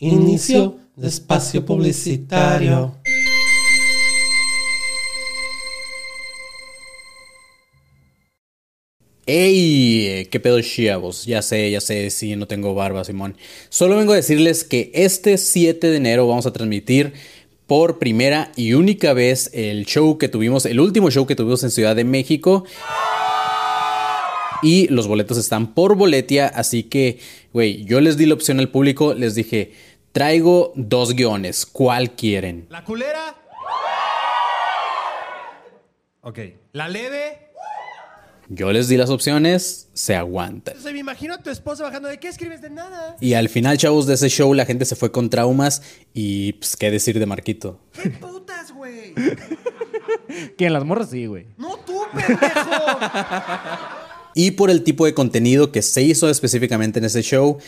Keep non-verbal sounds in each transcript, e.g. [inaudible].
Inicio de espacio publicitario. ¡Ey! ¿Qué pedo, chiavos? Ya sé, ya sé, sí, no tengo barba, Simón. Solo vengo a decirles que este 7 de enero vamos a transmitir por primera y única vez el show que tuvimos, el último show que tuvimos en Ciudad de México. Y los boletos están por boletia, así que, güey, yo les di la opción al público, les dije, traigo dos guiones, ¿cuál quieren? La culera. Ok. La leve. Yo les di las opciones, se aguantan. O sea, me imagino a tu esposa bajando de qué escribes de nada. Y al final, chavos, de ese show la gente se fue con traumas y, pues, ¿qué decir de Marquito? ¡Qué putas, [laughs] güey! ¿Quién? Las morras sí, güey. ¡No tú, [laughs] pendejo! Y por el tipo de contenido que se hizo específicamente en ese show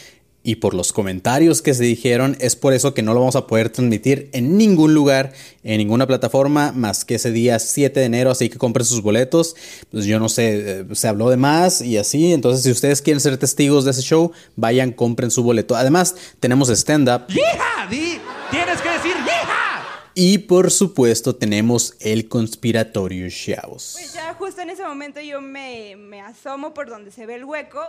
y por los comentarios que se dijeron, es por eso que no lo vamos a poder transmitir en ningún lugar, en ninguna plataforma, más que ese día 7 de enero, así que compren sus boletos. Pues yo no sé, eh, se habló de más y así, entonces si ustedes quieren ser testigos de ese show, vayan, compren su boleto. Además, tenemos stand-up. ¡Hija! Di, ¡Tienes que decir hija! Y por supuesto tenemos el conspiratorio, chavos. Pues ya justo en ese momento yo me, me asomo por donde se ve el hueco.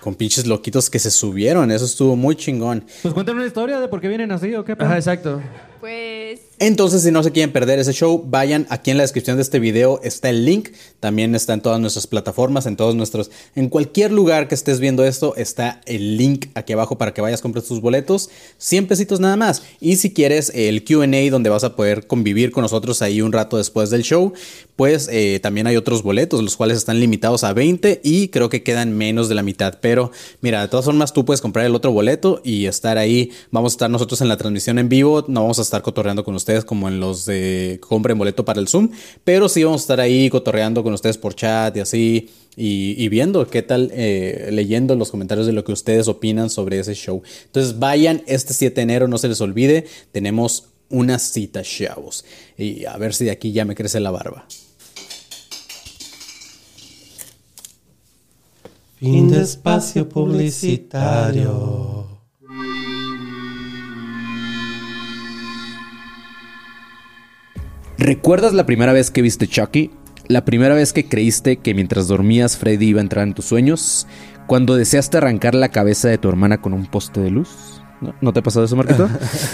Con pinches loquitos que se subieron, eso estuvo muy chingón. Pues cuéntame una historia de por qué vienen así o qué pedo. Ajá, exacto. Pues Entonces, si no se quieren perder ese show, vayan aquí en la descripción de este video, está el link, también está en todas nuestras plataformas, en todos nuestros, en cualquier lugar que estés viendo esto, está el link aquí abajo para que vayas a comprar tus boletos, 100 pesitos nada más. Y si quieres el QA donde vas a poder convivir con nosotros ahí un rato después del show, pues eh, también hay otros boletos, los cuales están limitados a 20 y creo que quedan menos de la mitad. Pero mira, de todas formas, tú puedes comprar el otro boleto y estar ahí. Vamos a estar nosotros en la transmisión en vivo, no vamos a estar cotorreando con ustedes como en los de compren boleto para el Zoom, pero sí vamos a estar ahí cotorreando con ustedes por chat y así. Y, y viendo qué tal, eh, leyendo los comentarios de lo que ustedes opinan sobre ese show. Entonces vayan este 7 de enero, no se les olvide, tenemos una cita, chavos. Y a ver si de aquí ya me crece la barba. Fin de espacio publicitario. ¿Recuerdas la primera vez que viste Chucky? ¿La primera vez que creíste que mientras dormías Freddy iba a entrar en tus sueños? ¿Cuando deseaste arrancar la cabeza de tu hermana con un poste de luz? ¿No, ¿No te ha pasado eso, Marquito?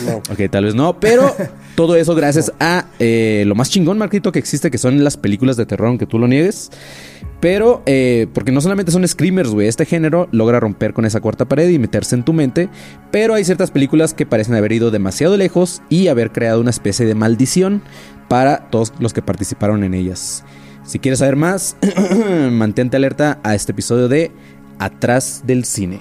no. Ok, tal vez no, pero todo eso gracias a eh, lo más chingón, Marquito, que existe, que son las películas de terror, aunque tú lo niegues. Pero, eh, porque no solamente son screamers, güey, este género logra romper con esa cuarta pared y meterse en tu mente, pero hay ciertas películas que parecen haber ido demasiado lejos y haber creado una especie de maldición para todos los que participaron en ellas. Si quieres saber más, [clears throat] mantente alerta a este episodio de Atrás del Cine.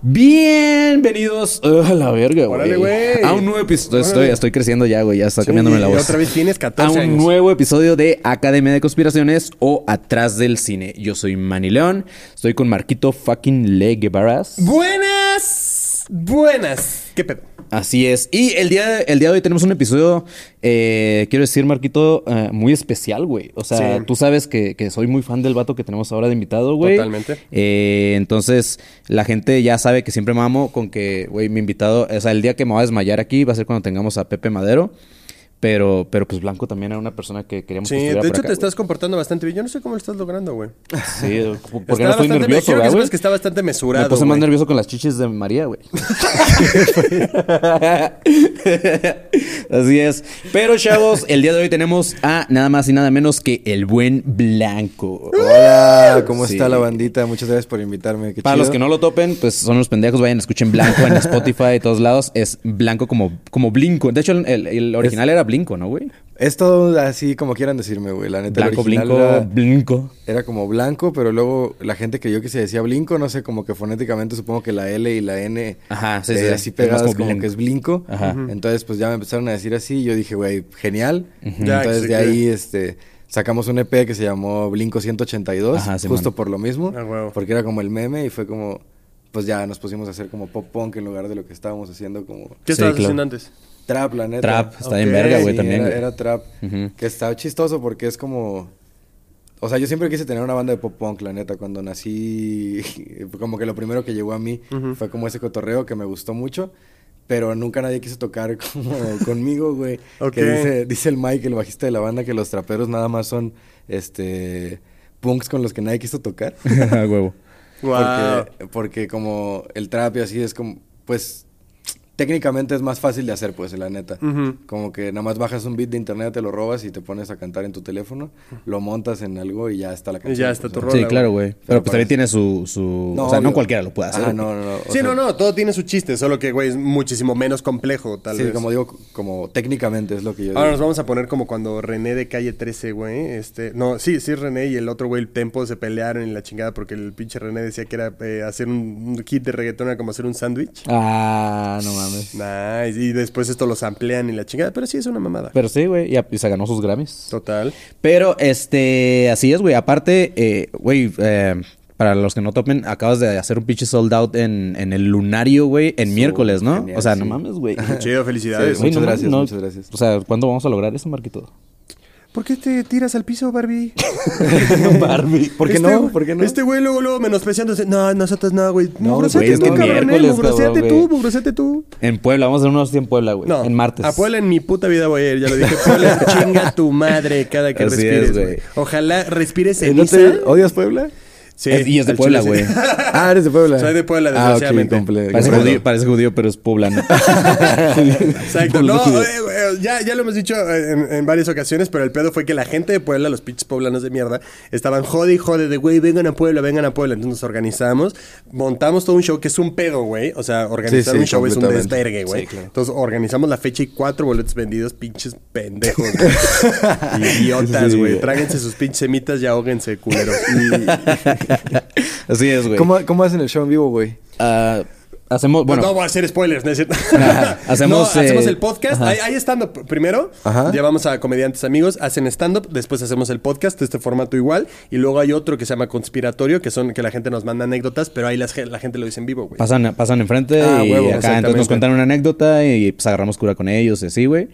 Bienvenidos a la verga, Órale, güey. güey. A un nuevo episodio. Órale. Estoy, estoy creciendo ya, güey. Ya está cambiándome la Sí, voz. Otra vez tienes a 14 un años. nuevo episodio de Academia de Conspiraciones o Atrás del Cine. Yo soy Manny León. Estoy con Marquito fucking Le Guevaras. Buenas. Buenas. ¿Qué pedo? Así es. Y el día, el día de hoy tenemos un episodio, eh, quiero decir, Marquito, eh, muy especial, güey. O sea, Sí. tú sabes que, que soy muy fan del vato que tenemos ahora de invitado, güey. Totalmente. Eh, entonces, la gente ya sabe que siempre mamo con que, güey, mi invitado, o sea, el día que me va a desmayar aquí va a ser cuando tengamos a Pepe Madero. Pero, pero pues Blanco también era una persona que queríamos Sí, que de estuviera hecho por acá, te estás comportando bastante bien. Yo no sé cómo lo estás logrando, güey. güey. Sí, porque no estoy Está bastante- nervioso, creo que ¿verdad, es güey? que está bastante mesurado. Me puse más güey. nervioso con las chichis de María, güey. [laughs] Así es. Pero, chavos, el día de hoy tenemos a nada más y nada menos que el buen Blanco. Hola, ¿cómo Sí. está la bandita? Muchas gracias por invitarme. qué Para chido. los que no lo topen, pues son unos pendejos. Vayan, escuchen Blanco en Spotify y todos lados. Es Blanco como, como Blinco. De hecho, el, el- el original era Blinco, ¿no, güey? Es todo así como quieran decirme, güey. La neta, el Blanco, original Blinco, Era, Blinco. era como blanco, pero luego la gente creyó que se decía blinco, no sé, como que fonéticamente supongo que la L y la N Ajá, sí, eh, sí, sí. así Es más pegadas como como, blinco. que es blinco. Ajá. Ujú. Entonces, pues ya me empezaron a decir así y yo dije, güey, genial. Ya, que Entonces, se de quede. ahí, este... Sacamos un EP que se llamó Blinco 182, Ajá, Simón. justo por lo mismo, Ah, huevo. porque era como el meme y fue como, pues ya nos pusimos a hacer como pop punk en lugar de lo que estábamos haciendo como ¿Qué Sí, estabas claro. haciendo antes? Trap, la neta. Trap, está bien Ok. verga, güey, Sí, también. Era, güey. era trap. Ujú. Que estaba chistoso porque es como. O sea, yo siempre quise tener una banda de pop punk, la neta. Cuando nací, [laughs] como que lo primero que llegó a mí fue como ese cotorreo que me gustó mucho. Pero nunca nadie quiso tocar [laughs] como conmigo, güey. Ok. Que dice, dice el Mike, el bajista de la banda, que los traperos nada más son este punks con los que nadie [laughs] quiso tocar. Ah, huevo. Wow. Porque, porque como el trap y así es como, pues, técnicamente es más fácil de hacer, pues, la neta. Ujú. Como que nada más bajas un beat de internet, te lo robas y te pones a cantar en tu teléfono, lo montas en algo y ya está la canción. ya está pues, tu ¿no? rola, Sí, claro, güey. Pero, Pero pues también parece- tiene su... su... No, o sea, no obvio. cualquiera lo puede hacer. Ajá, güey. no, no, no. o Sí, sea, no, no, todo tiene su chiste, solo que, güey, es muchísimo menos complejo, tal sí, vez. como digo, c- como técnicamente es lo que yo Ahora nos digo. vamos a poner como cuando René de calle 13, güey. Este, no, sí, sí, René y el otro güey, el Tempo, se pelearon en la chingada porque el pinche René decía que era eh, hacer un, un hit de reggaetón, era como hacer un sándwich. Ah, no mames. Nice. Y después esto los amplían y la chingada, pero sí es una mamada. Pero sí, güey. Y, a- y se ganó sus Grammys. Total. Pero, este, así es, güey. Aparte, eh, güey, eh, para los que no topen, acabas de hacer un pinche sold out en, en el lunario, güey, en Su- miércoles, ¿no? genial, o sea, no sí. mames, güey. [laughs] Qué Chido, Sí, felicidades. güey. Güey, no muchas mames, gracias, no- muchas gracias. O sea, ¿cuándo vamos a lograr eso, [laughs] Marquito? ¿Por qué te tiras al piso, Barbie? Barbie. ¿Por qué Este no? güey- ¿Por qué no? Este güey luego, luego menospreciándose. No, nosotros no, güey. No, mugrosete güey, es tú, que cabrón, eh. miércoles, Mugrosete cabrón, tú, güey. mugrosete tú. En Puebla, vamos a hacer unos 100 en Puebla, güey. No, En martes. A Puebla en mi puta vida voy a ir, ya lo dije. Puebla, chinga tu madre cada que Así respires, es, güey. güey. Ojalá respires Eh, ¿no ceniza. te- ¿Odias Puebla? Sí, Es- y es de al Puebla, chile sí. [laughs] güey. Ah, eres de Puebla. Soy de Puebla, Ah, ok, desgraciadamente. comple- Parece comprendo. judío, parece judío, pero es [laughs] poblano. [laughs] Exacto. No, eh, güey, ya, ya lo hemos dicho eh, en, en varias ocasiones, pero el pedo fue que la gente de Puebla, los pinches poblanos de mierda, estaban jode y jode de, güey, vengan a Puebla, vengan a Puebla. Entonces nos organizamos, montamos todo un show que es un pedo, güey. O sea, organizar Sí, sí, un show es un completamente. desvergue, güey. Sí, claro. Entonces organizamos la fecha y cuatro boletos vendidos, pinches pendejos. [laughs] güey. Idiotas, Sí, güey. güey. Tráguense sus pinches semitas y ahóguense, culeros. [laughs] Así es, güey. ¿Cómo, ¿Cómo hacen el show en vivo, güey? Ah, hacemos, bueno, no voy a hacer spoilers, ¿no es cierto? Ajá. Hacemos, [laughs] No, hacemos eh, el podcast. ajá. Hay, hay stand-up primero. Ajá. Llevamos a comediantes amigos, hacen stand-up. Después hacemos el podcast, este formato igual. Y luego hay otro que se llama conspiratorio, que son que la gente nos manda anécdotas, pero ahí las gen- la gente lo dice en vivo, güey. pasan, pasan enfrente Ah, y huevo, acá entonces nos exactamente. cuentan una anécdota y pues agarramos cura con ellos y así, güey.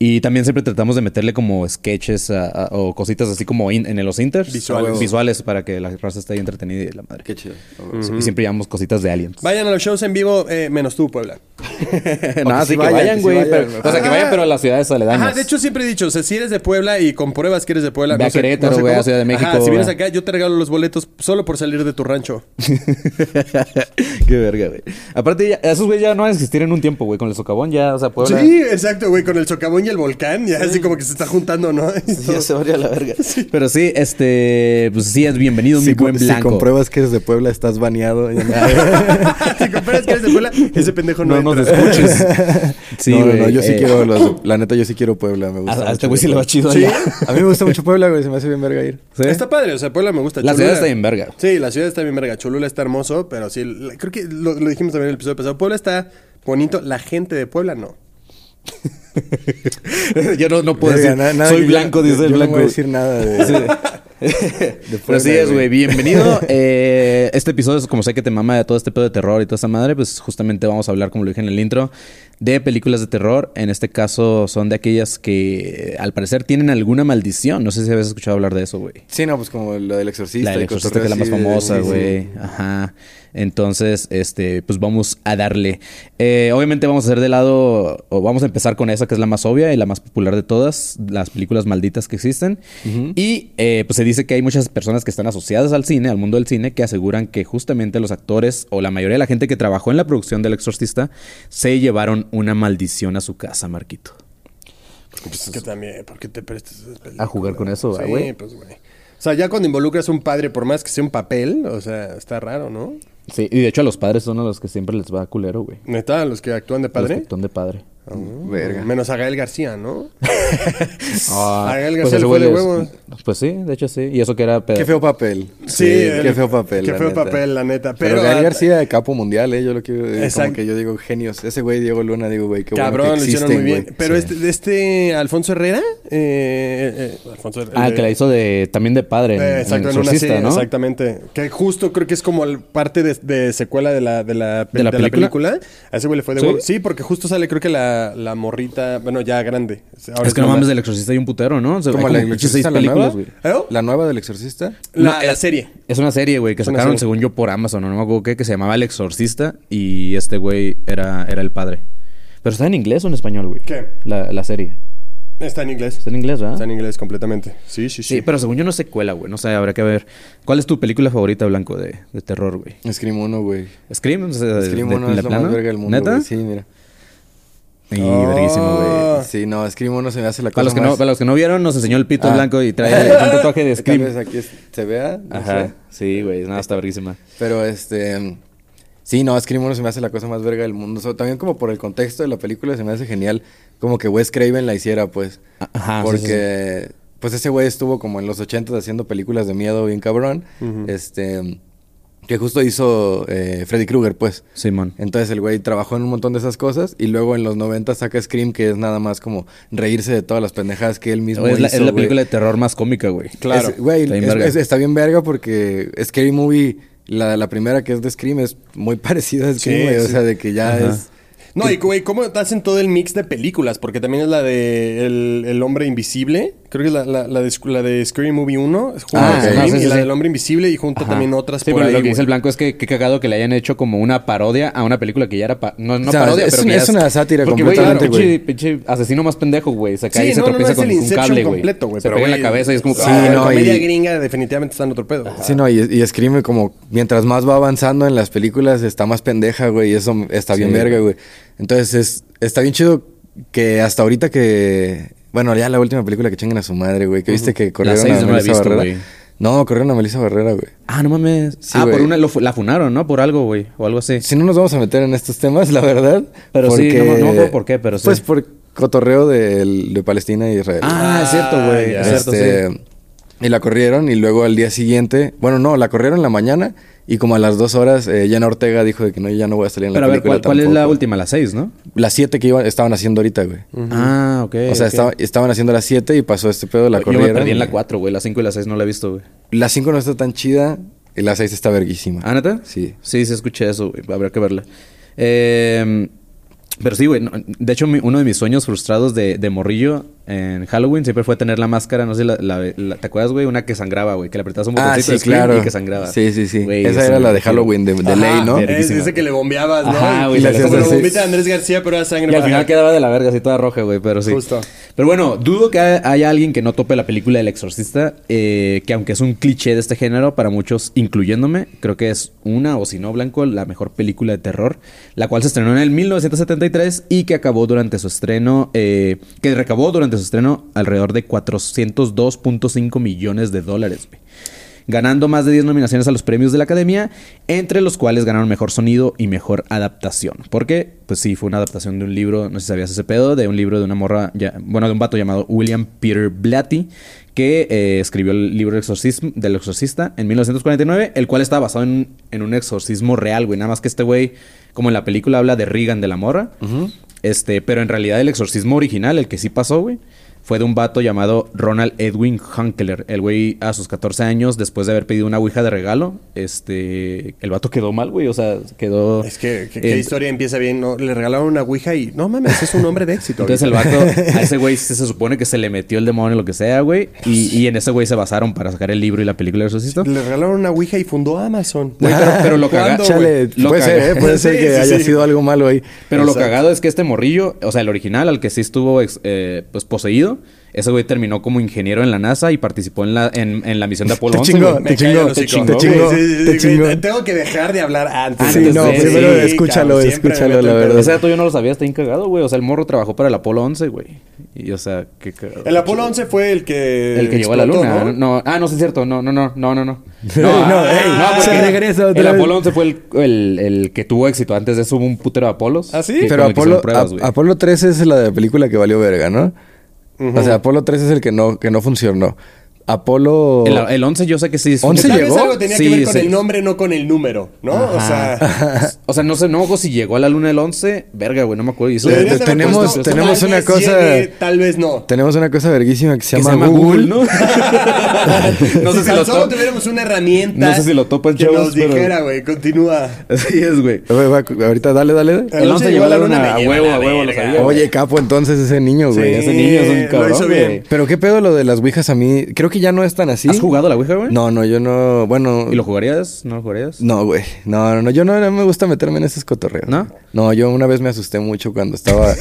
Y también siempre tratamos de meterle como sketches a- a- o cositas así como in- en los inters. Ah, Visuales. Visuales para que la raza esté ahí entretenida y de la madre. Qué chido. Sí, Y siempre llevamos cositas de aliens. Vayan a los shows en vivo, eh, menos tú, Puebla. [laughs] no, así sí que vayan, vayan, que sí güey. vayan, pero- mejor. o sea, que vayan, pero a las ciudades aledañas. Ajá, de hecho siempre he dicho, o sea, si eres de Puebla y compruebas que eres de Puebla, Ve a Querétaro, güey, a cómo- Ciudad de México, Ajá, si vienes güey. acá, yo te regalo los boletos solo por salir de tu rancho. [laughs] Qué verga, güey. Aparte, ya- esos güey ya no van a existir en un tiempo, güey. Con el socavón ya, o sea, Puebla... Sí, exacto, güey, con el socavón y el volcán, ya así como que se está juntando, ¿no? Ya se varía la verga. Pero sí, este... Pues sí, es bienvenido, mi si, buen si blanco. compruebas que eres de Puebla, estás baneado. [laughs] Ya no- [laughs] si compras que eres de Puebla, ese pendejo no, no nos [laughs] entra. escuches. Sí, no, no, no, güey, yo sí eh, [laughs] quiero los- La neta, yo sí quiero Puebla. Me gusta A, a mucho este güey sí le va Puebla. chido Sí. allá. A mí me gusta mucho Puebla, güey. Se me hace bien verga ir. ¿Sí? Está padre, o sea, Puebla me gusta. La Cholula- ciudad está bien [laughs] verga. Sí, la ciudad está bien verga. Cholula está hermoso, pero sí, la- creo que lo, lo dijimos también en el episodio pasado. Puebla está bonito, la gente de Puebla no. yo no, no puedo Verga, decir. nada- nada soy que yo- blanco, dice yo el no blanco. voy a decir nada de- [laughs] Sí. Pero así Puebla, es, güey. güey. [laughs] Bienvenido. Eh, este episodio, es como sé que te mama de todo este pedo de terror y toda esa madre, pues justamente vamos a hablar, como lo dije en el intro, de películas de terror. En este caso, son de aquellas que eh, al parecer tienen alguna maldición. No sé si habías escuchado hablar de eso, güey. Sí, no, pues como la del exorcista. La del y exorcista que es la más cotorreo así famosa, de- güey. Ajá. Entonces, este, pues vamos a darle. Eh, obviamente vamos a hacer de lado, o vamos a empezar con esa que es la más obvia y la más popular de todas las películas malditas que existen. Y eh, pues se dice que hay muchas personas que están asociadas al cine, al mundo del cine, que aseguran que justamente los actores o la mayoría de la gente que trabajó en la producción del exorcista se llevaron una maldición a su casa, Marquito. Pues, que también, ¿por qué te prestas esas películas? A jugar con eso, ah, Sí, güey. pues, güey. O sea, ya cuando involucras a un padre, por más que sea un papel, o sea, está raro, ¿no? Sí, y de hecho a los padres son a los que siempre les va culero, güey. ¿Neta? Los que actúan de padre. Los que de padre. Ah, Verga. Menos a Gael García, ¿no? Ah, Ariel pues García el le güey fue de les- huevos. Pues sí, de hecho sí. Y eso que era... peda- [laughs] Qué feo papel. el- qué feo papel. Qué la feo neta. papel, la neta. Pero, Pero, Gael ah, García, capo mundial, ¿eh? Yo lo quiero. eh, Exacto. Como que yo digo genios. Ese güey, Diego Luna, digo, güey, qué bueno Cabrón, que lo hicieron muy existen, bien. güey. Pero Sí. este, este Alfonso Herrera, eh, eh, Alfonso Herrera. Ah, que la hizo de, también de padre. en- Eh, exacto, en en una Exorcista, serie, ¿no? exactamente. Que justo creo que es como el- parte de, de secuela de la, de la, pe- ¿De la de la película? película. A ese güey le fue de ¿Sí? huevos. Sí, porque justo sale, creo que la, la morrita, bueno, ya grande. Ahora es que no mamá. mames, del exorcista hay un putero, ¿no? O sea, hay Como la como pinches seis exorcista, la películas, nueva. güey. ¿Eh? La nueva del exorcista. La, No, la eh, serie. Es una serie, güey, que Es una sacaron, serie. según yo, por Amazon, no me acuerdo qué, que se llamaba El Exorcista y este güey era, era el padre. Pero está en inglés o en español, güey. ¿Qué? La, la serie. Está en inglés. Está en inglés, ¿verdad? Está en inglés completamente. Sí, sí, sí. Sí, pero según yo no se cuela, güey. No sé, habrá que ver. ¿Cuál es tu película favorita, Blanco, de, de terror, güey? Scream 1, güey. ¿Scream? O sea, Scream de- 1 de es lo plano. más verga del mundo. ¿Neta? güey. Sí, mira. Y Oh. verguísimo, güey. Ah. Sí, no, Scream 1 se me hace la cosa Para los, que no, más- para los que no vieron, nos enseñó el pito Ah. blanco y [laughs] trae un tatuaje de Tal vez Scream. aquí es- se vea. no sé. Ajá. Sí, güey. No, está verguísima. Pero este. Sí, no, Scream 1 se me hace la cosa más verga del mundo. So, también, como por el contexto de la película, se me hace genial. Como que Wes Craven la hiciera, pues. Ah, Ajá. sí, porque. sí, Pues ese güey estuvo como en los 80 haciendo películas de miedo bien cabrón. Este. Que justo hizo eh, Freddy Krueger, pues. sí. Simón. Entonces el güey trabajó en un montón de esas cosas y luego en los 90 saca Scream, que es nada más como reírse de todas las pendejadas que él mismo es, la, es hizo, la güey. película de terror más cómica, güey. Claro. Güey, Está bien es- verga. es- está bien verga porque Scary Movie, la, la primera que es de Scream, es muy [laughs] parecida a Scream, Sí, güey. O sí. sea, de que ya es... No, y güey, ¿cómo te hacen todo el mix de películas? Porque también es la de El, el Hombre Invisible. Creo que es la, la, la de, la de Scream Movie 1. es junto Ah, a ok. Scream, No, sí, sí, y la sí. del Hombre Invisible y junto Ajá. también otras Sí, por pero ahí, lo que dice güey. el blanco es que qué cagado que le hayan hecho como una parodia a una película que ya era pa- no, no O sea, parodia, es pero una- que ya es una sátira Porque, completamente, güey. güey. era Pinche, pinche asesino más pendejo, güey. Se cae y Sí, se no, no, no, tropieza es el con un Inception cable, güey. completo, güey. Se pero, pega en la güey, cabeza y es como Sí, ah, no, no, comedia y- gringa definitivamente está en otro pedo. Sí, no, y, y Scream como mientras más va avanzando en las películas está más pendeja, güey. Y eso está bien Sí. verga, güey. Entonces es- está bien chido que hasta ahorita que... Bueno, ya la última película que chinguen a su madre, güey. Que viste que corrieron seis a no la he Melissa visto, Barrera. güey. No, corrieron a Melissa Barrera, güey. Ah, no mames. Sí, ah, por güey. una lo fu- la funaron, ¿no? Por algo, güey, o algo así. Si no nos vamos a meter en estos temas, la verdad. Pero sí, no me- no me acuerdo por qué, pero sí. Pues por cotorreo del- de, Palestina y Israel. Ah, es cierto, güey. ya. es cierto, Este, sí. Y la corrieron y luego al día siguiente... Bueno, no, la corrieron en la mañana y como a las dos horas eh, Jenna Ortega dijo de que no, yo ya no voy a salir en Pero a la ver, película ¿cuál, cuál es la tampoco. última? La seis, ¿no? Las siete que iban, estaban haciendo ahorita, güey. Ah, ok. o sea, ok. estaba- estaban haciendo las siete y pasó este pedo, la Yo corrieron. me perdí en la y- 4, güey. La 5 y la 6 no la he visto, güey. La cinco no está tan chida y la seis está verguísima. ¿Ah, neta? Sí. Sí, sí, escuché eso, güey. Habrá que verla. Eh, pero sí, güey. no- de hecho, mi- uno de mis sueños frustrados de, de morrillo en Halloween siempre fue tener la máscara. No sé, la, la- la- ¿te acuerdas, güey? Una que sangraba, güey. Que le apretabas un botoncito Ah, sí, de Scream claro. y que sangraba. Sí, sí, sí. Güey, eso Esa era me la de refiero. Halloween de, de ley, ¿no? [laughs] verga. Es, verguísima. ese que le bombeabas, ¿no? Ajá, güey, Y se le como hacías la así. bombita de Andrés García, pero era sangre. Y al baja. final quedaba de la verga, así toda roja, güey, pero sí. Justo. Pero bueno, dudo que ha- haya alguien que no tope la película del exorcista, eh, que aunque es un cliché de este género, para muchos, incluyéndome, creo que es una, o si no, Blanco, la mejor película de terror, la cual se estrenó en el 1973 y que acabó durante su estreno, eh, que recabó durante su estreno alrededor de 402.5 millones de dólares, güey ganando más de 10 nominaciones a los premios de la Academia, entre los cuales ganaron Mejor Sonido y Mejor Adaptación. Porque, pues sí, fue una adaptación de un libro, no sé si sabías ese pedo, de un libro de una morra, ya- bueno, de un vato llamado William Peter Blatty, que eh, escribió el libro del, exorcismo, del Exorcista en 1949, el cual estaba basado en, en un exorcismo real, güey. Nada más que este güey, como en la película habla de Regan de la morra, este, pero en realidad el exorcismo original, el que sí pasó, güey, fue de un vato llamado Ronald Edwin Hunkeler. El güey, a sus 14 años, después de haber pedido una ouija de regalo, este, el vato quedó mal, güey. O sea, quedó. Es que, que- Eh, ¿qué historia empieza bien? ¿no? Le regalaron una ouija y... No mames, es un hombre de [laughs] éxito. Entonces el vato, a ese güey se, se supone que se le metió el demonio, lo que sea, güey. Y, y en ese güey se basaron para sacar el libro y la película de [laughs] Exorcista. Le regalaron una ouija y fundó Amazon. Güey, pero, pero lo caga- ¿Cuándo, Chale, güey? Lo puede ser, caga- ¿eh? Puede ser Sí, que sí, haya sí. sido algo malo ahí. Pero lo Exacto. cagado es que este morrillo, o sea, el original, al que sí estuvo ex- eh, pues poseído, año. Ese güey terminó como ingeniero en la NASA y participó en la, en, en la misión [laughs] de Apolo Te 11. chingó, güey. te Chingo, chingó, te chingó, te chingó, te chingó. Tengo que dejar de hablar antes. Sí, no, sí, primero sí, escúchalo, cabrón, siempre me escúchalo, meto la en pedos. verdad. Ese dato yo no lo sabía, está bien cagado, güey. O sea, el morro trabajó para el Apolo 11, güey. Y, o sea, qué cagado. El Apolo 11 fue el que. El que llegó a la explotó, luna. ¿no? ah, no, sí es cierto. No, no, no, no, no, no. [laughs] No, ah, ey, se porque regresa otra El vez. Apolo 11 fue el, el, el que tuvo éxito. Antes de eso hubo un putero de Apolos. ¿Ah, sí? Que Pero como que hicieron Apolo, pruebas, Ap- güey. Apolo 3 es la de película que valió verga, ¿no? O sea, Apolo 3 es el que no, que no funcionó. Apolo... El, el 11 yo sé que sí. ¿Once funcionó. Tal vez llegó? algo tenía Sí, que ver con sí. el nombre, no con el número, ¿no? [laughs] O sea. [laughs] O sea, no sé, no me acuerdo si llegó a la luna el 11. Verga, güey, no me acuerdo. Y eso- Le- deberían te- de haber tenemos- puesto, tenemos tal una vez cosa- llegue, eh, tal vez no. Tenemos una cosa verguísima que se que llama, Google. ¿no? no [laughs] sé si lo tan solo top. tuviéramos una herramienta. No sé si lo topan, Que chavos, nos pero- dijera, güey, continúa. Así es, güey. A ver, va, cu- Ahorita dale, dale. El 11 llegó a la luna. A huevo, a huevo, lo sabía. güey. Oye, capo, entonces ese niño, güey. ese Sí, niño es un lo cabrón, hizo güey. bien. Pero qué pedo lo de las ouijas a mí. Creo que ya no es tan así. ¿Has jugado a la Ouija, güey? No, no, yo no. Bueno. ¿Y lo jugarías? ¿No lo jugarías? No, güey. No, no, no. Yo no, no me gusta meterme en esos cotorreos. ¿No? No, yo una vez me asusté mucho [laughs] cuando estaba.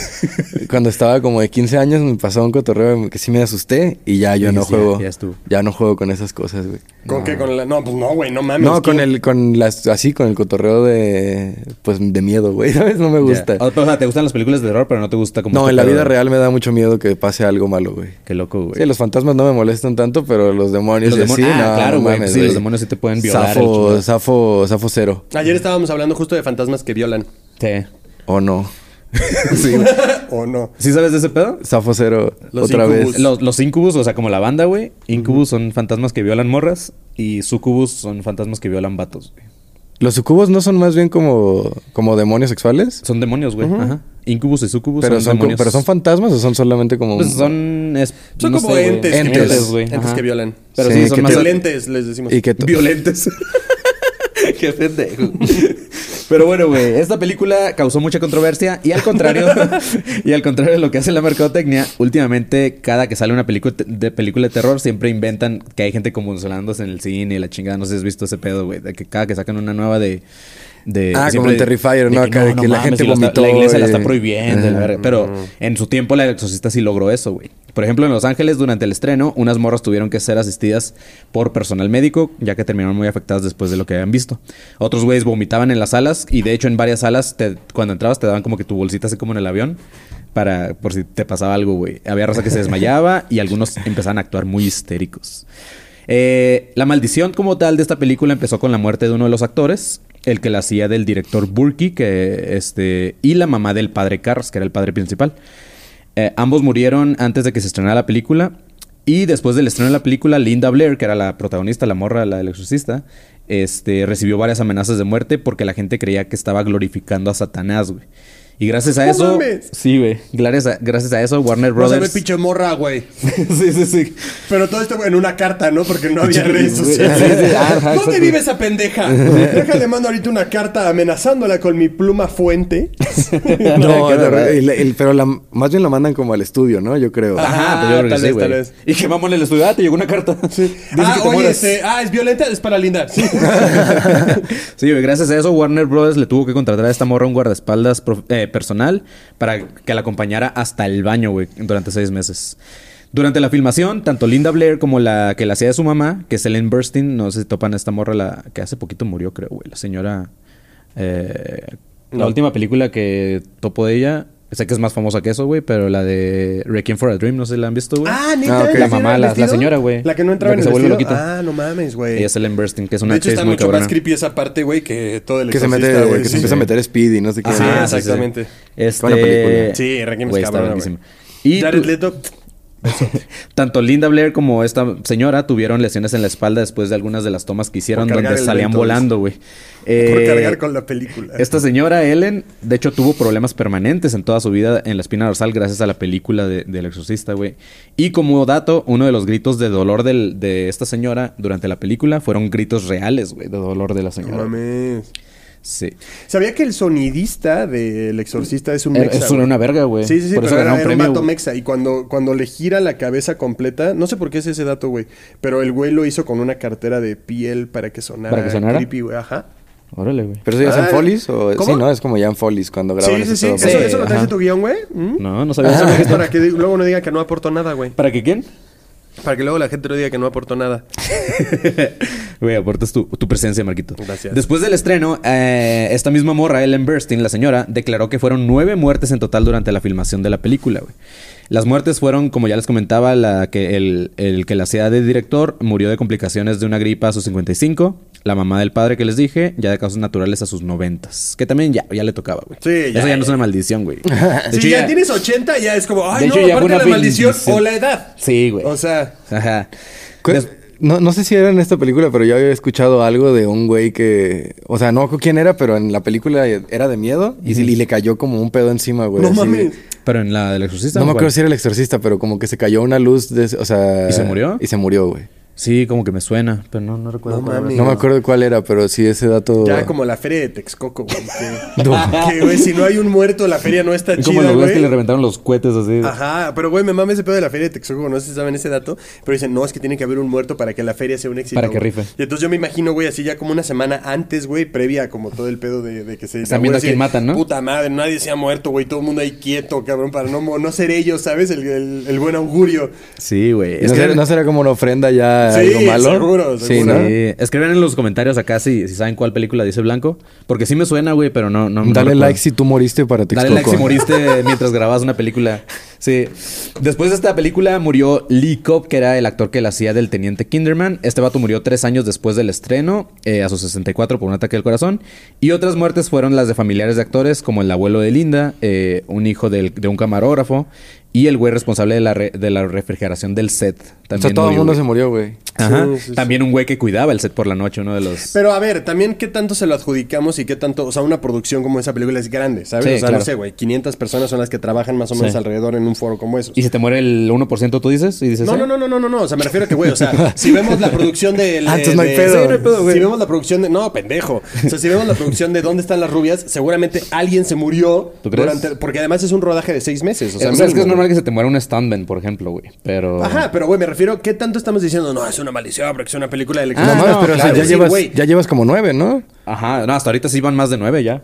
cuando estaba como de 15 años, me pasó un cotorreo que sí me asusté y ya yo Y no ya- juego. ya estuvo. Ya no juego con esas cosas, güey. ¿Con qué? Con la... No, pues no, güey, no mames. No, con ¿quién? el, con las, así, con el cotorreo de, pues, de miedo, güey, [laughs] ¿sabes? No me gusta. Ya. Ah, O o sea, te gustan las películas de terror, pero no te gusta como. No, este en la pedo vida de- real me da mucho miedo que pase algo malo, güey. Qué loco, güey. Sí, los fantasmas no me molestan tanto, pero los demonios Los y demon- así, Ah, no, claro, no güey. mames, Sí, los demonios sí te pueden violar el Zafo, chingado. zafo, zafo cero. Ayer estábamos hablando justo de fantasmas que violan. Sí. ¿O no? [laughs] ¿O no? ¿Sí sabes de ese pedo? Zafo cero Los otra incubus. vez. Los, los incubus, o sea, como la banda, güey. Incubus son fantasmas que violan morras. Y sucubus son fantasmas que violan vatos, güey. Los sucubos no son más bien como, como demonios sexuales, Son demonios, güey. Ajá. Incubus y sucubus pero son, son, como- demonios. pero son fantasmas o son solamente como... Pues son. es- Son no sé, como güey. entes, que Entes. violan. güey. Entes Ajá. que violan. Pero Sí, sí, son que más. Violentes, les decimos. Y que to- Violentes. [laughs] Qué pendejo. Pero bueno, güey, esta película causó mucha controversia y al contrario, y al contrario de lo que hace la mercadotecnia, últimamente cada que sale una película de película de terror siempre inventan que hay gente convulsionándose en el cine y la chingada, no sé si has visto ese pedo, güey, de que cada que sacan una nueva de de Ah, como siempre- en Terrifier, de ¿no? Acá de que la gente y lo está- vomitó la iglesia la y- está prohibiendo, la verga. pero en su tiempo la exorcista sí logró eso, güey. Por ejemplo, en Los Ángeles durante el estreno, unas morras tuvieron que ser asistidas por personal médico, ya que terminaron muy afectadas después de lo que habían visto. Otros güeyes vomitaban en las salas y de hecho en varias salas te- cuando entrabas te daban como que tu bolsita así como en el avión para por si te pasaba algo, güey. Había raza que se desmayaba y algunos empezaban a actuar muy histéricos. Eh, la maldición como tal de esta película empezó con la muerte de uno de los actores, el que la hacía del director Burke, que este y la mamá del padre Cars, que era el padre principal. Eh, ambos murieron antes de que se estrenara la película. Y después del estreno de la película, Linda Blair, que era la protagonista, la morra, la del exorcista, este, recibió varias amenazas de muerte porque la gente creía que estaba glorificando a Satanás, güey. Y gracias a ¡No eso. mames! Sí, güey. Gracias a, gracias a eso, Warner No se ve Brothers. pinche morra, güey. [laughs] sí, sí, sí. Pero todo esto en una carta, ¿no? Porque no había redes [laughs] Sí, sí, sociales. ajá, ¿Dónde exacto. vive esa pendeja? Déjale, mando ahorita una carta amenazándola con mi pluma fuente. [laughs] [laughs] No, de- el- el- pero la- más bien lo mandan como al estudio, ¿no? Yo Ah, creo. Ajá, pero yo creo que tal sí, vez, güey. tal vez. Y que vamos en el estudio, ah, te llegó una carta. Dice ah, que te oye, mueras. este, ah, es violenta, es para Linda. Sí. sí, güey, gracias a eso Warner Brothers le tuvo que contratar a esta morra un guardaespaldas prof- eh, personal para que la acompañara hasta el baño, güey, durante seis meses. Durante la filmación, tanto Linda Blair como la que la hacía de su mamá, que es Ellen Burstyn, no sé si topan a esta morra, la que hace poquito murió, creo, güey, la señora... eh, La última película que topo de ella, sé que es más famosa que eso, güey, pero la de Requiem for a Dream, no sé si la han visto, güey. Ah, Ah, neta. ok. ¿sí La era mamá, el la- la vestido? señora, güey. La que no entraba La que en se el vuelve vestido. loquita. Ah, no mames, güey. Ella es Ellen Burstyn, que es una de hecho, actriz está muy mucho cabrona. más creepy esa parte, güey, que todo el que se mete, exorcista, güey, que se sí. empieza a meter speed y no sé qué. Sí, Ajá, exactamente. Este... Buena película. Sí, Requiem es Güey, está cabrona, buenísima. Y Y Jared tu- Leto, [laughs] tanto Linda Blair como esta señora tuvieron lesiones en la espalda después de algunas de las tomas que hicieron cargar donde el salían evento, volando, güey. por Eh, cargar con la película. Esta señora, Ellen, de hecho tuvo problemas permanentes en toda su vida en la espina dorsal gracias a la película de- del exorcista, güey. Y como dato, uno de los gritos de dolor del- de esta señora durante la película fueron gritos reales, güey, de dolor de la No señora. mames. Sí. Sabía que el sonidista del exorcista es un Eh, Era- mexa. Er, es güey. una verga, güey. Sí, sí, sí, Por eso pero era, ganó un era un premio, vato güey. mexa. Y cuando, cuando le gira la cabeza completa, no sé por qué es ese dato, güey. Pero el güey lo hizo con una cartera de piel para que sonara, ¿Para que sonara? creepy, güey. Ajá. Órale, güey. ¿Pero eso ya es en Ah, Follies? O... ¿cómo? Sí, ¿no? Es como ya en Follies cuando graban Sí, sí, ese sí. pedo. ¿Eso, eso lo traes Ajá. en tu guión, güey? ¿Mm? [laughs] No, no sabía Ah, es eso. para que di- luego no diga que no aportó nada, güey. ¿Para qué quién? Para que luego la gente no diga que no [laughs] aportó nada. Güey, aportas tu, tu presencia, Marquito. Gracias. Después del estreno, eh, esta misma morra, Ellen Burstyn, la señora, declaró que fueron nueve muertes en total durante la filmación de la película, güey. Las muertes fueron, como ya les comentaba, la que el, el que la hacía de director murió de complicaciones de una gripa a sus 55. La mamá del padre que les dije, ya de casos naturales a sus 90. Que también ya, ya le tocaba, güey. Sí, ya, Eso ya, ya. no es una maldición, [laughs] güey. si ya, tienes 80, ya es como, ay, de no, hecho, ya aparte fue una la maldición bendición. o la edad. Sí, güey. O sea, Ajá. Cu- Des- No, no sé si era en esta película, pero yo había escuchado algo de un güey que... O sea, no acuerdo quién era, pero en la película era de miedo y, sí- y le cayó como un pedo encima, güey. no así de- mames. Pero en la del exorcista. No me ¿cuál? acuerdo si era el exorcista, pero como que se cayó una luz de... O sea... ¿Y se murió? Y se murió, güey. Sí, como que me suena, pero no, no recuerdo. No cuál era. mames. No me acuerdo cuál era, pero sí ese dato... Ya como la feria de Texcoco, güey. [laughs] Que, que, güey, si no hay un muerto, la feria no está Es como chida, los güeyes güey. que le reventaron los cohetes así. Ajá, pero güey, me mames ese pedo de la feria de Texcoco, no sé si saben ese dato, pero dicen, no, es que tiene que haber un muerto para que la feria sea un éxito. Para que güey". rife. Y entonces yo me imagino, güey, así ya como una semana antes, güey, previa a como todo el pedo de, de que se... Están viendo a así quién de, matan, ¿no? Puta madre, nadie se ha muerto, güey, todo el mundo ahí quieto, cabrón, para no, mo- no ser ellos, ¿sabes? El, el- el buen augurio. Sí, güey. ¿No, será, no será como una ofrenda ya Sí, algo malo? seguro, Sí, seguro. ¿no? Sí. Escriban en los comentarios acá si, si saben cuál película dice Blanco. Porque sí me suena, güey, pero no. no no Dale recuerdo. like si tú moriste para Texcoco. Dale like si moriste mientras grababas una película. Sí. Después de esta película murió Lee Cobb, que era el actor que la hacía del teniente Kinderman. Este vato murió tres años después del estreno, eh, a sus 64 por un ataque al corazón. Y otras muertes fueron las de familiares de actores, como el abuelo de Linda, eh, un hijo del- de un camarógrafo y el güey responsable de la, re- de la refrigeración del set. O También sea, todo el murió, mundo güey. se murió, güey. Ajá. Sí, sí, sí. También un güey que cuidaba el set por la noche, uno de los. Pero a ver, también qué tanto se lo adjudicamos y qué tanto, o sea, una producción como esa película es grande, ¿sabes? Sí, o sea, claro. no sé, güey, 500 personas son las que trabajan más o menos Sí. alrededor en un foro como esos. ¿Y si te muere el 1%, tú dices? Y dices No, "Eh". no, no, no, no, no, no. O sea, me refiero a que, güey, o sea, si vemos la producción de... Ah, entonces no hay de- pedo. Sí, Si vemos la producción de... No, pendejo. O sea, si vemos la producción de ¿Dónde están las rubias? Seguramente alguien se murió ¿Tú crees? Eh, durante... Porque además es un rodaje de seis meses. O O sea, sea, es que mínimo, es güey. normal que se te muera un stuntman, por ejemplo, güey. Pero. Ajá, pero güey, me refiero, ¿qué tanto estamos diciendo? No, es una maldición porque es una película de no elección. mames, pero o sea, claro, ya, sí, llevas, güey. ya llevas como nueve, ¿no? Ajá, no, hasta ahorita sí van más de nueve ya.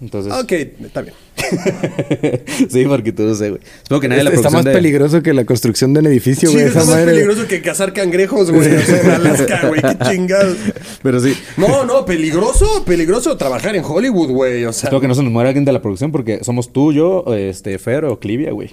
Entonces. Ok, está bien. [laughs] sí, porque tú no sé, güey. Espero que nadie la Está, está Este producción más de- peligroso que la construcción de un edificio, Sí, güey. es esa más madre. peligroso que cazar cangrejos, güey. O sea, en Alaska, güey. [laughs] Qué chingados. Pero sí. No, no, peligroso, peligroso trabajar en Hollywood, güey. O sea, Espero que no se nos muera alguien de la producción porque somos tú, yo, este, Fer o Clivia, güey.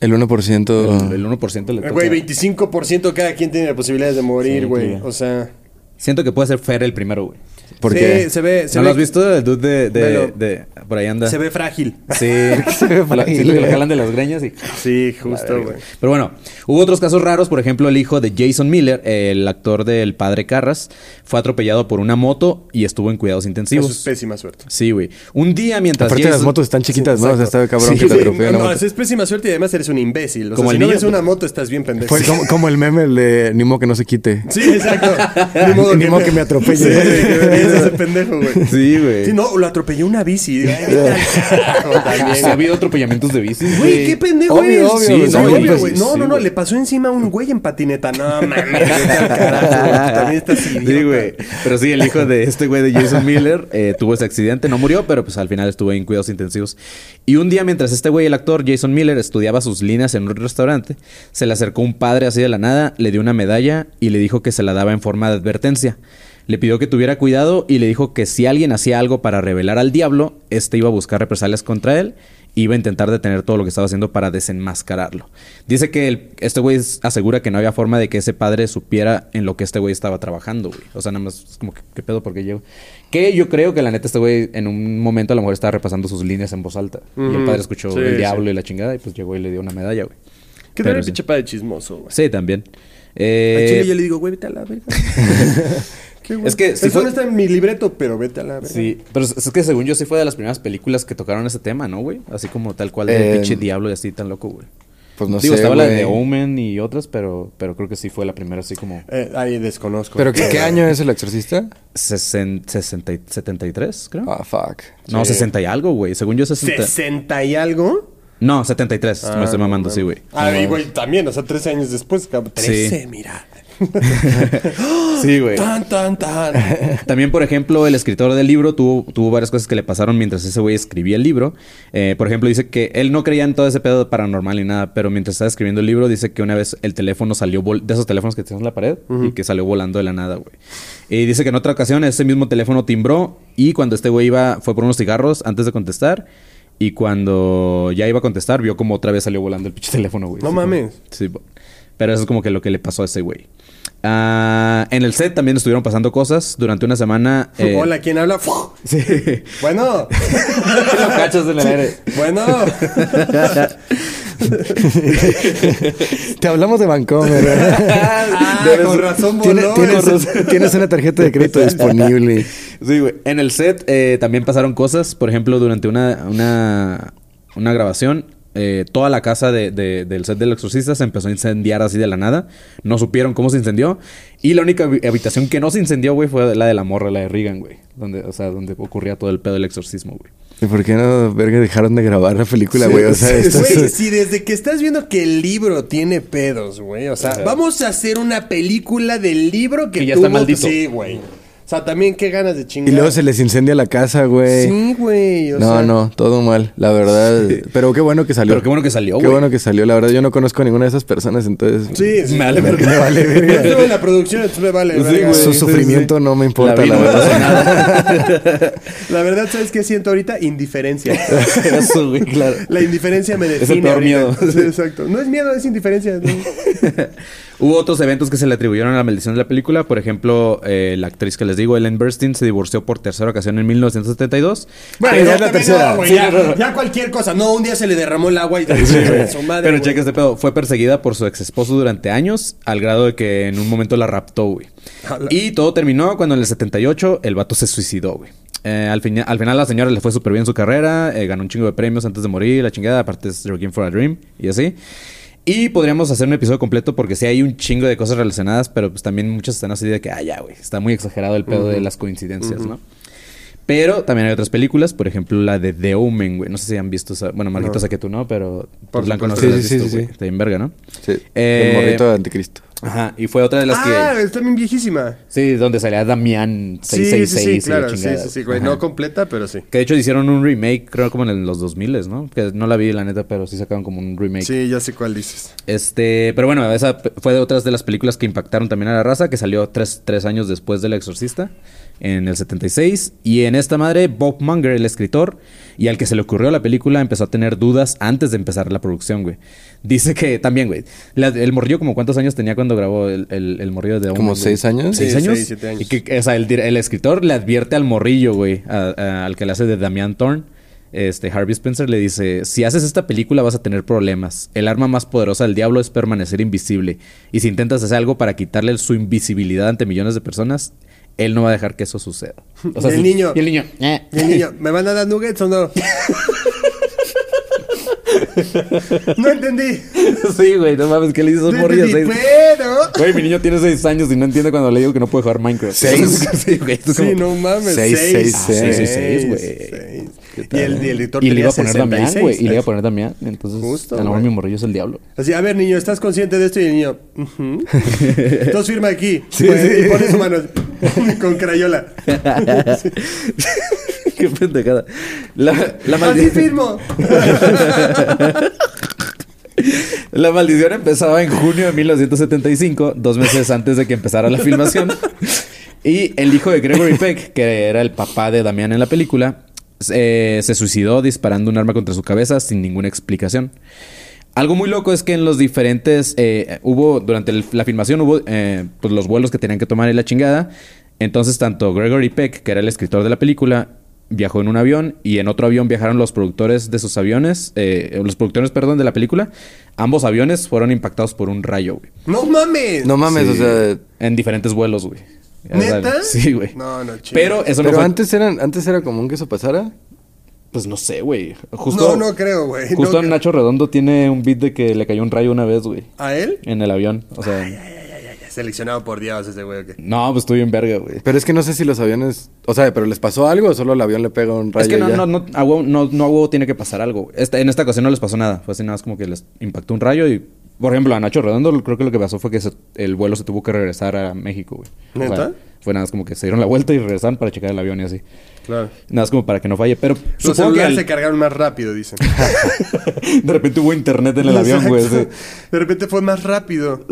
El 1%. El, el 1% le toca. Eh, güey, 25% cada quien tiene posibilidades de morir, Sí, güey. claro. O sea, Siento que puede ser Fer el primero, güey. sí, Porque se ve, se ¿No ve, lo has visto? El dude de. de, Velo. de- por ahí anda. se ve frágil. [laughs] Sí. La- siento que le jalan de las greñas y. Sí, justo, güey. Pero bueno, hubo otros casos raros, por ejemplo, el hijo de Jason Miller, el actor del padre Carras, fue atropellado por una moto y estuvo en cuidados Eso es intensivos. pésima suerte. Sí, güey. Un día mientras Aparte las Jason- motos están chiquitas, Sí, ¿no? O sea, exacto. está Sí, cabrón que te sí, atropelle una no, moto. es pésima suerte y además eres un imbécil. O sea, Como si el no niño. ves una moto, estás bien pendejo. Fue como, como el meme, el de ni modo que no se quite. Sí, [laughs] exacto. Ni modo que me atropelle. Sí, güey, que verías [laughs] ese pendejo, güey. [laughs] Sí, güey. Sí, no, lo atropelló una bici. [laughs] Ay, vete al carajo Sí, [laughs] también. ha habido atropellamientos de bicis. Güey, qué pendejo Obvio, eres. obvio, Sí, güey. no, Sí, obvio, pues, güey. sí, No, no, no, güey. le pasó encima a un güey en patineta. No, mames. vete [laughs] al carajo, güey. Tú También estás idiota. Sí, güey. Pero sí, el hijo de este güey de Jason Miller eh, tuvo ese accidente, no murió, pero pues al final estuvo en cuidados intensivos. Y un día, mientras este güey, el actor Jason Miller, estudiaba sus líneas en un restaurante, se le acercó un padre así de la nada, le dio una medalla y le dijo que se la daba en forma de advertencia. Le pidió que tuviera cuidado y le dijo que si alguien hacía algo para revelar al diablo, este iba a buscar represalias contra él iba a intentar detener todo lo que estaba haciendo para desenmascararlo. Dice que el- este güey s- asegura que no había forma de que ese padre supiera en lo que este güey estaba trabajando, güey. O sea, nada más es como que qué pedo porque llevo. Que yo creo que la neta este güey en un momento a lo mejor estaba repasando sus líneas en voz alta y el padre escuchó Sí, el sí. diablo y la chingada y pues llegó y le dio una medalla, güey. ¿Qué Pero tal el sí. pinche padre chismoso, güey? Sí, también. A Eh, Chile yo le digo, güey, vete a la verga. [laughs] Qué güey. Es que si Eso fue- no está en mi libreto, pero vete a la verga. Sí, pero es es que según yo sí fue de las primeras películas que tocaron ese tema, ¿no, güey? Así como tal cual de Eh, pinche diablo y así tan loco, güey. Pues no Digo, sé, estaba la de güey. The Omen y otras, pero, pero creo que sí fue la primera así como... Eh, ahí desconozco. ¿Pero qué, qué año es el exorcista? sesen- sesenta y- 73, creo. Ah, fuck. no, 60 y algo, güey. Según yo 60. 60 y algo. No, Ah, 73. me estoy mamando, sí, güey. Ah, y güey, también, o sea, 13 años después, cabrón. Sí. 13, mira. [laughs] Sí, güey. ¡Ah! Tan, tan, tan. [laughs] También, por ejemplo, el escritor del libro tuvo, tuvo varias cosas que le pasaron mientras ese güey escribía el libro. Eh, por ejemplo, dice que él no creía en todo ese pedo paranormal ni nada, pero mientras estaba escribiendo el libro, dice que una vez el teléfono salió vol- de esos teléfonos que tenemos en la pared y que salió volando de la nada, güey. Y dice que en otra ocasión ese mismo teléfono timbró y cuando este güey iba, fue por unos cigarros antes de contestar. Y cuando ya iba a contestar, vio como otra vez salió volando el pinche teléfono, güey. No Así como- mames. Sí, bo- pero eso es como que lo que le pasó a ese güey. Ah, en el set también estuvieron pasando cosas. Durante una semana. eh, Hola, ¿quién habla? [laughs] Sí. Bueno, Lo cachas en el aire. bueno. [laughs] Te hablamos de Bancomer. Ah, con razón tiene- voló tienes, ese. tienes una tarjeta de crédito disponible. Sí, güey. En el set eh, también pasaron cosas. Por ejemplo, durante una, una, una grabación, eh, toda la casa de- de- del set del exorcista se empezó a incendiar así de la nada. No supieron cómo se incendió. Y la única habi- habitación que no se incendió, güey, fue la de la morra, la de Regan, güey. Donde, o sea, donde ocurría todo el pedo del exorcismo, güey. ¿Y por qué no, verga, dejaron de grabar la película, güey? O sea, esto es- Güey, si desde que estás viendo que el libro tiene pedos, güey. O sea, vamos a hacer una película del libro que, Que ya está tuvo- maldito. Sí, güey. O sea, también qué ganas de Y chingar. luego se les incendia la casa, güey. Sí, güey. o no, sea, no, todo mal, la verdad. Pero qué bueno que salió. Pero qué bueno que salió, Qué güey. bueno que salió, la verdad. Yo no conozco a ninguna de esas personas, entonces. Sí, sí. Me vale verga. Me [laughs] [laughs] vale verga. Yo estuve en la producción, entonces me vale verga. Su Sí, sufrimiento no me importa, La la, vi, no me verdad. [laughs] pasó [laughs] nada. La verdad, ¿sabes qué siento ahorita? Indiferencia. [laughs] Eso, güey, claro. La indiferencia me define. Es el peor ahorita. miedo. Sí, exacto. No es miedo, es indiferencia. ¿no? [laughs] Hubo otros eventos que se le atribuyeron a la maldición de la película. Por ejemplo, eh, la actriz que les digo, Ellen Burstyn, se divorció por tercera ocasión en 1972. Bueno, Pero ya es la también tercera. no, güey, ya, ya cualquier cosa. No, un día se le derramó el [laughs] agua y su madre. Pero güey. checa este pedo. Fue perseguida por su ex esposo durante años, al grado de que en un momento la raptó, güey. Y todo terminó cuando en el 78 el vato se suicidó, güey. Eh, al, fina- al final la señora le fue súper bien su carrera, eh, ganó un chingo de premios antes de morir, la chingada, aparte es Working for a Dream y así. Y podríamos hacer un episodio completo porque sí hay un chingo de cosas relacionadas, pero pues también muchas están así de que, ah, ya, güey, está muy exagerado el pedo de las coincidencias, ¿no? Pero también hay otras películas, por ejemplo la de The Omen, güey. No sé si han visto esa. Bueno, Marquito, sé que tú no, pero Por tú la supuesto. conoces. la has Sí, sí, visto, sí, güey. sí. Está bien verga, ¿no? Sí. Eh, El morrito de anticristo. Ajá. Y fue otra de las Ah, que. es también viejísima. Sí, donde salía Damián Sí, sí, sí, 666 y la claro. Sí, chingada, sí, sí, güey. No Ajá. completa, pero sí. Que de hecho hicieron un remake, creo como en los 2000, ¿no? Que no la vi, la neta, pero sí sacaron como un remake. Sí, ya sé cuál [laughs] dices. Este, pero bueno, esa p- fue de otras de las películas que impactaron también a la raza, que salió tres, tres años después del Exorcista, en el 76. Y en esta madre, Bob Munger, el escritor, y al que se le ocurrió la película, empezó a tener dudas antes de empezar la producción, güey. Dice que también, güey, la- el morrillo como cuántos años tenía cuando grabó el, el, el morrillo de... Omen, ¿Como güey? seis años? ¿Seis Sí, años? seis, siete años. Y que, o sea, el, dir- el escritor le advierte al morrillo, güey, a- a- al que le hace de Damian Thorne. Este, Harvey Spencer le dice, si haces esta película vas a tener problemas. El arma más poderosa del diablo es permanecer invisible. Y si intentas hacer algo para quitarle su invisibilidad ante millones de personas, él no va a dejar que eso suceda. O Y el sí- niño. Y el niño. eh. [laughs] Y el niño, ¿me van a dar nuggets [laughs] o no? no entendí. sí, güey, no mames, ¿qué le dices a un No morrillo? entendí, Seis- pero... Güey, mi niño tiene seis años y no entiende cuando le digo que no puede jugar Minecraft. ¿Seis? [laughs] sí, güey. es Sí, como- no mames. Seis, Seis, seis, seis. Sí, sí, seis, güey. seis. ¿Qué Y tal? el, y el editor Y le iba a tenía poner Damián, 66. güey. Y le iba a poner Damián. Entonces, Justo, a lo mejor güey. mi morrillo es el [laughs] diablo. Así, a ver, niño, ¿estás consciente de esto? Y el niño, "Ujú". [laughs] entonces firma aquí. Pues, Y pone su mano [laughs] así, con crayola. [laughs] Qué pendejada. La, la Así maldición. [laughs] firmo. La maldición empezaba en junio de 1975, dos meses antes de que empezara la [laughs] filmación. Y el hijo de Gregory Peck, que era el papá de Damián en la película, se- eh, se suicidó disparando un arma contra su cabeza sin ninguna explicación. Algo muy loco es que en los diferentes eh, hubo durante el- la filmación hubo eh, pues los vuelos que tenían que tomar y la chingada. Entonces tanto Gregory Peck, que era el escritor de la película, viajó en un avión y en otro avión viajaron los productores de sus aviones, eh, los productores, perdón, de la película. Ambos aviones fueron impactados por un rayo, güey. ¡No mames! No mames, Sí. o sea. En diferentes vuelos, güey. Ya ¿Neta? sabes. Sí, güey. No, no, chingas. Pero eso no Pero fue- antes, eran, antes era común que eso pasara. pues no sé, güey. Justo, No, no creo, güey. No Justo creo. Nacho Redondo tiene un beat de que le cayó un rayo una vez, güey. ¿A él? En el avión. O sea. Seleccionado por Dios ese güey. ¿o qué? No, pues estoy bien verga, güey. Pero es que no sé si los aviones. O sea, ¿pero les pasó algo o solo el avión le pega un rayo? Es que no, y ya? no, no, a huevo, no, no a huevo tiene que pasar algo. güey. Esta- en esta ocasión no les pasó nada. Fue así nada más como que les impactó un rayo y Por ejemplo, a Nacho Redondo creo que lo que pasó fue que se- el vuelo se tuvo que regresar a México, güey. O sea, ¿Neta? fue nada más como que se dieron la vuelta y regresaron para checar el avión y así. Claro. Nada más como para que no falle. Pero Los supongo que celulares al- se cargaron más rápido, dicen. [laughs] de repente hubo internet [laughs] [laughs] en el avión, güey. Exacto. sí. De repente fue más rápido.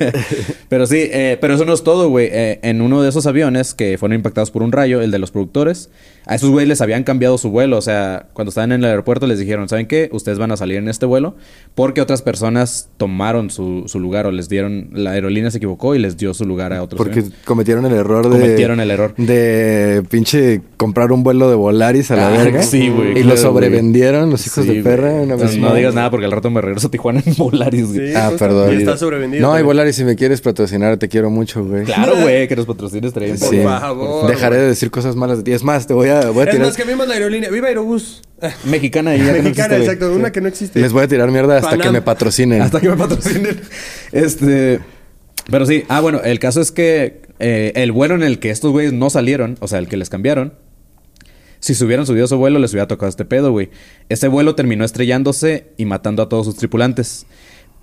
[laughs] Pero sí, eh, pero eso no es todo, güey. Eh, en uno de esos aviones que fueron impactados por un rayo, el de los productores, a esos güeyes les habían cambiado su vuelo. O sea, cuando estaban en el aeropuerto les dijeron, ¿saben qué? Ustedes van a salir en este vuelo porque otras personas tomaron su, su lugar o les dieron... La aerolínea se equivocó y les dio su lugar a otros. Porque aviones. cometieron el error de. Cometieron el error. De pinche comprar un vuelo de Volaris a la Ah, verga. sí, güey, Y claro, lo sobrevendieron los hijos Sí, de perra. güey. una vez Entonces, no más. digas nada porque al rato me regreso a Tijuana en Volaris, güey. Sí, Ah, justo. perdón. Y está sobrevendido. No, y también. Volaris, si me quieres patrocinar, te quiero mucho, güey. Claro, güey, que los patrocines traían. Sí. Por favor, Dejaré güey. de decir cosas malas de ti. Es más, te voy a, voy a Es tirar. más, cambiamos la aerolínea. Viva Aerobús. Mexicana y ya que no Mexicana, existe, güey. exacto. Una que no existe. Les voy a tirar mierda hasta Panam. que me patrocinen. Hasta que me patrocinen. [laughs] Este. Pero sí, ah, bueno, el caso es que eh, el vuelo en el que estos güeyes no salieron, o sea, el que les cambiaron, si se hubieran subido a su vuelo, les hubiera tocado este pedo, güey. Este vuelo terminó estrellándose y matando a todos sus tripulantes.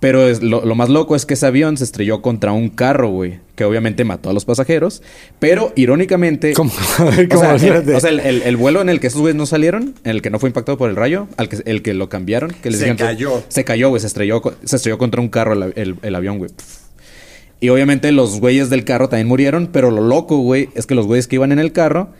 Pero es- lo, lo más loco es que ese avión se estrelló contra un carro, güey, que obviamente mató a los pasajeros. Pero irónicamente. ¿Cómo? [laughs] A ver, [laughs] O ¿cómo? sea, el, Espérate. o sea, el- el- el vuelo en el que esos güeyes no salieron, en el que no fue impactado por el rayo, al que, el que lo cambiaron, que les Se dijeron que- cayó. se cayó, güey. Se estrelló, co- se estrelló contra un carro el, av- el- el avión, güey. Pff. Y obviamente los güeyes del carro también murieron, pero lo loco, güey, es que los güeyes que iban en el carro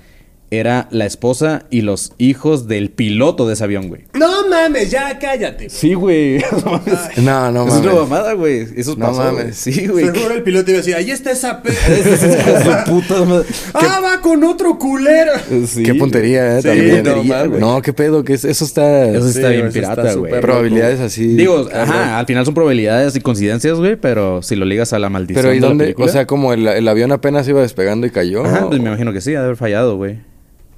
era la esposa y los hijos del piloto de ese avión, güey. No mames, ya cállate. Sí, güey. [laughs] No mames. Ah. No, no es una mames. mamada, güey. Eso No pasó, mames. güey. Sí, güey. [laughs] Seguro el piloto iba a decir, ahí está esa [laughs] pe... Su puta madre. ¡Ah, va con otro culero! Sí. Qué puntería, eh, Sí, también. no mames. No, qué pedo, que es- eso está. Eso está Sí, bien eso está pirata, güey. súper probabilidades así. Digo, cabrón. ajá, al final son probabilidades y coincidencias, güey, pero si lo ligas a la maldición. Pero ¿y de la dónde? película- O sea, como el, el avión apenas iba despegando y cayó. Ajá, pues me imagino que sí, ha de haber fallado, güey.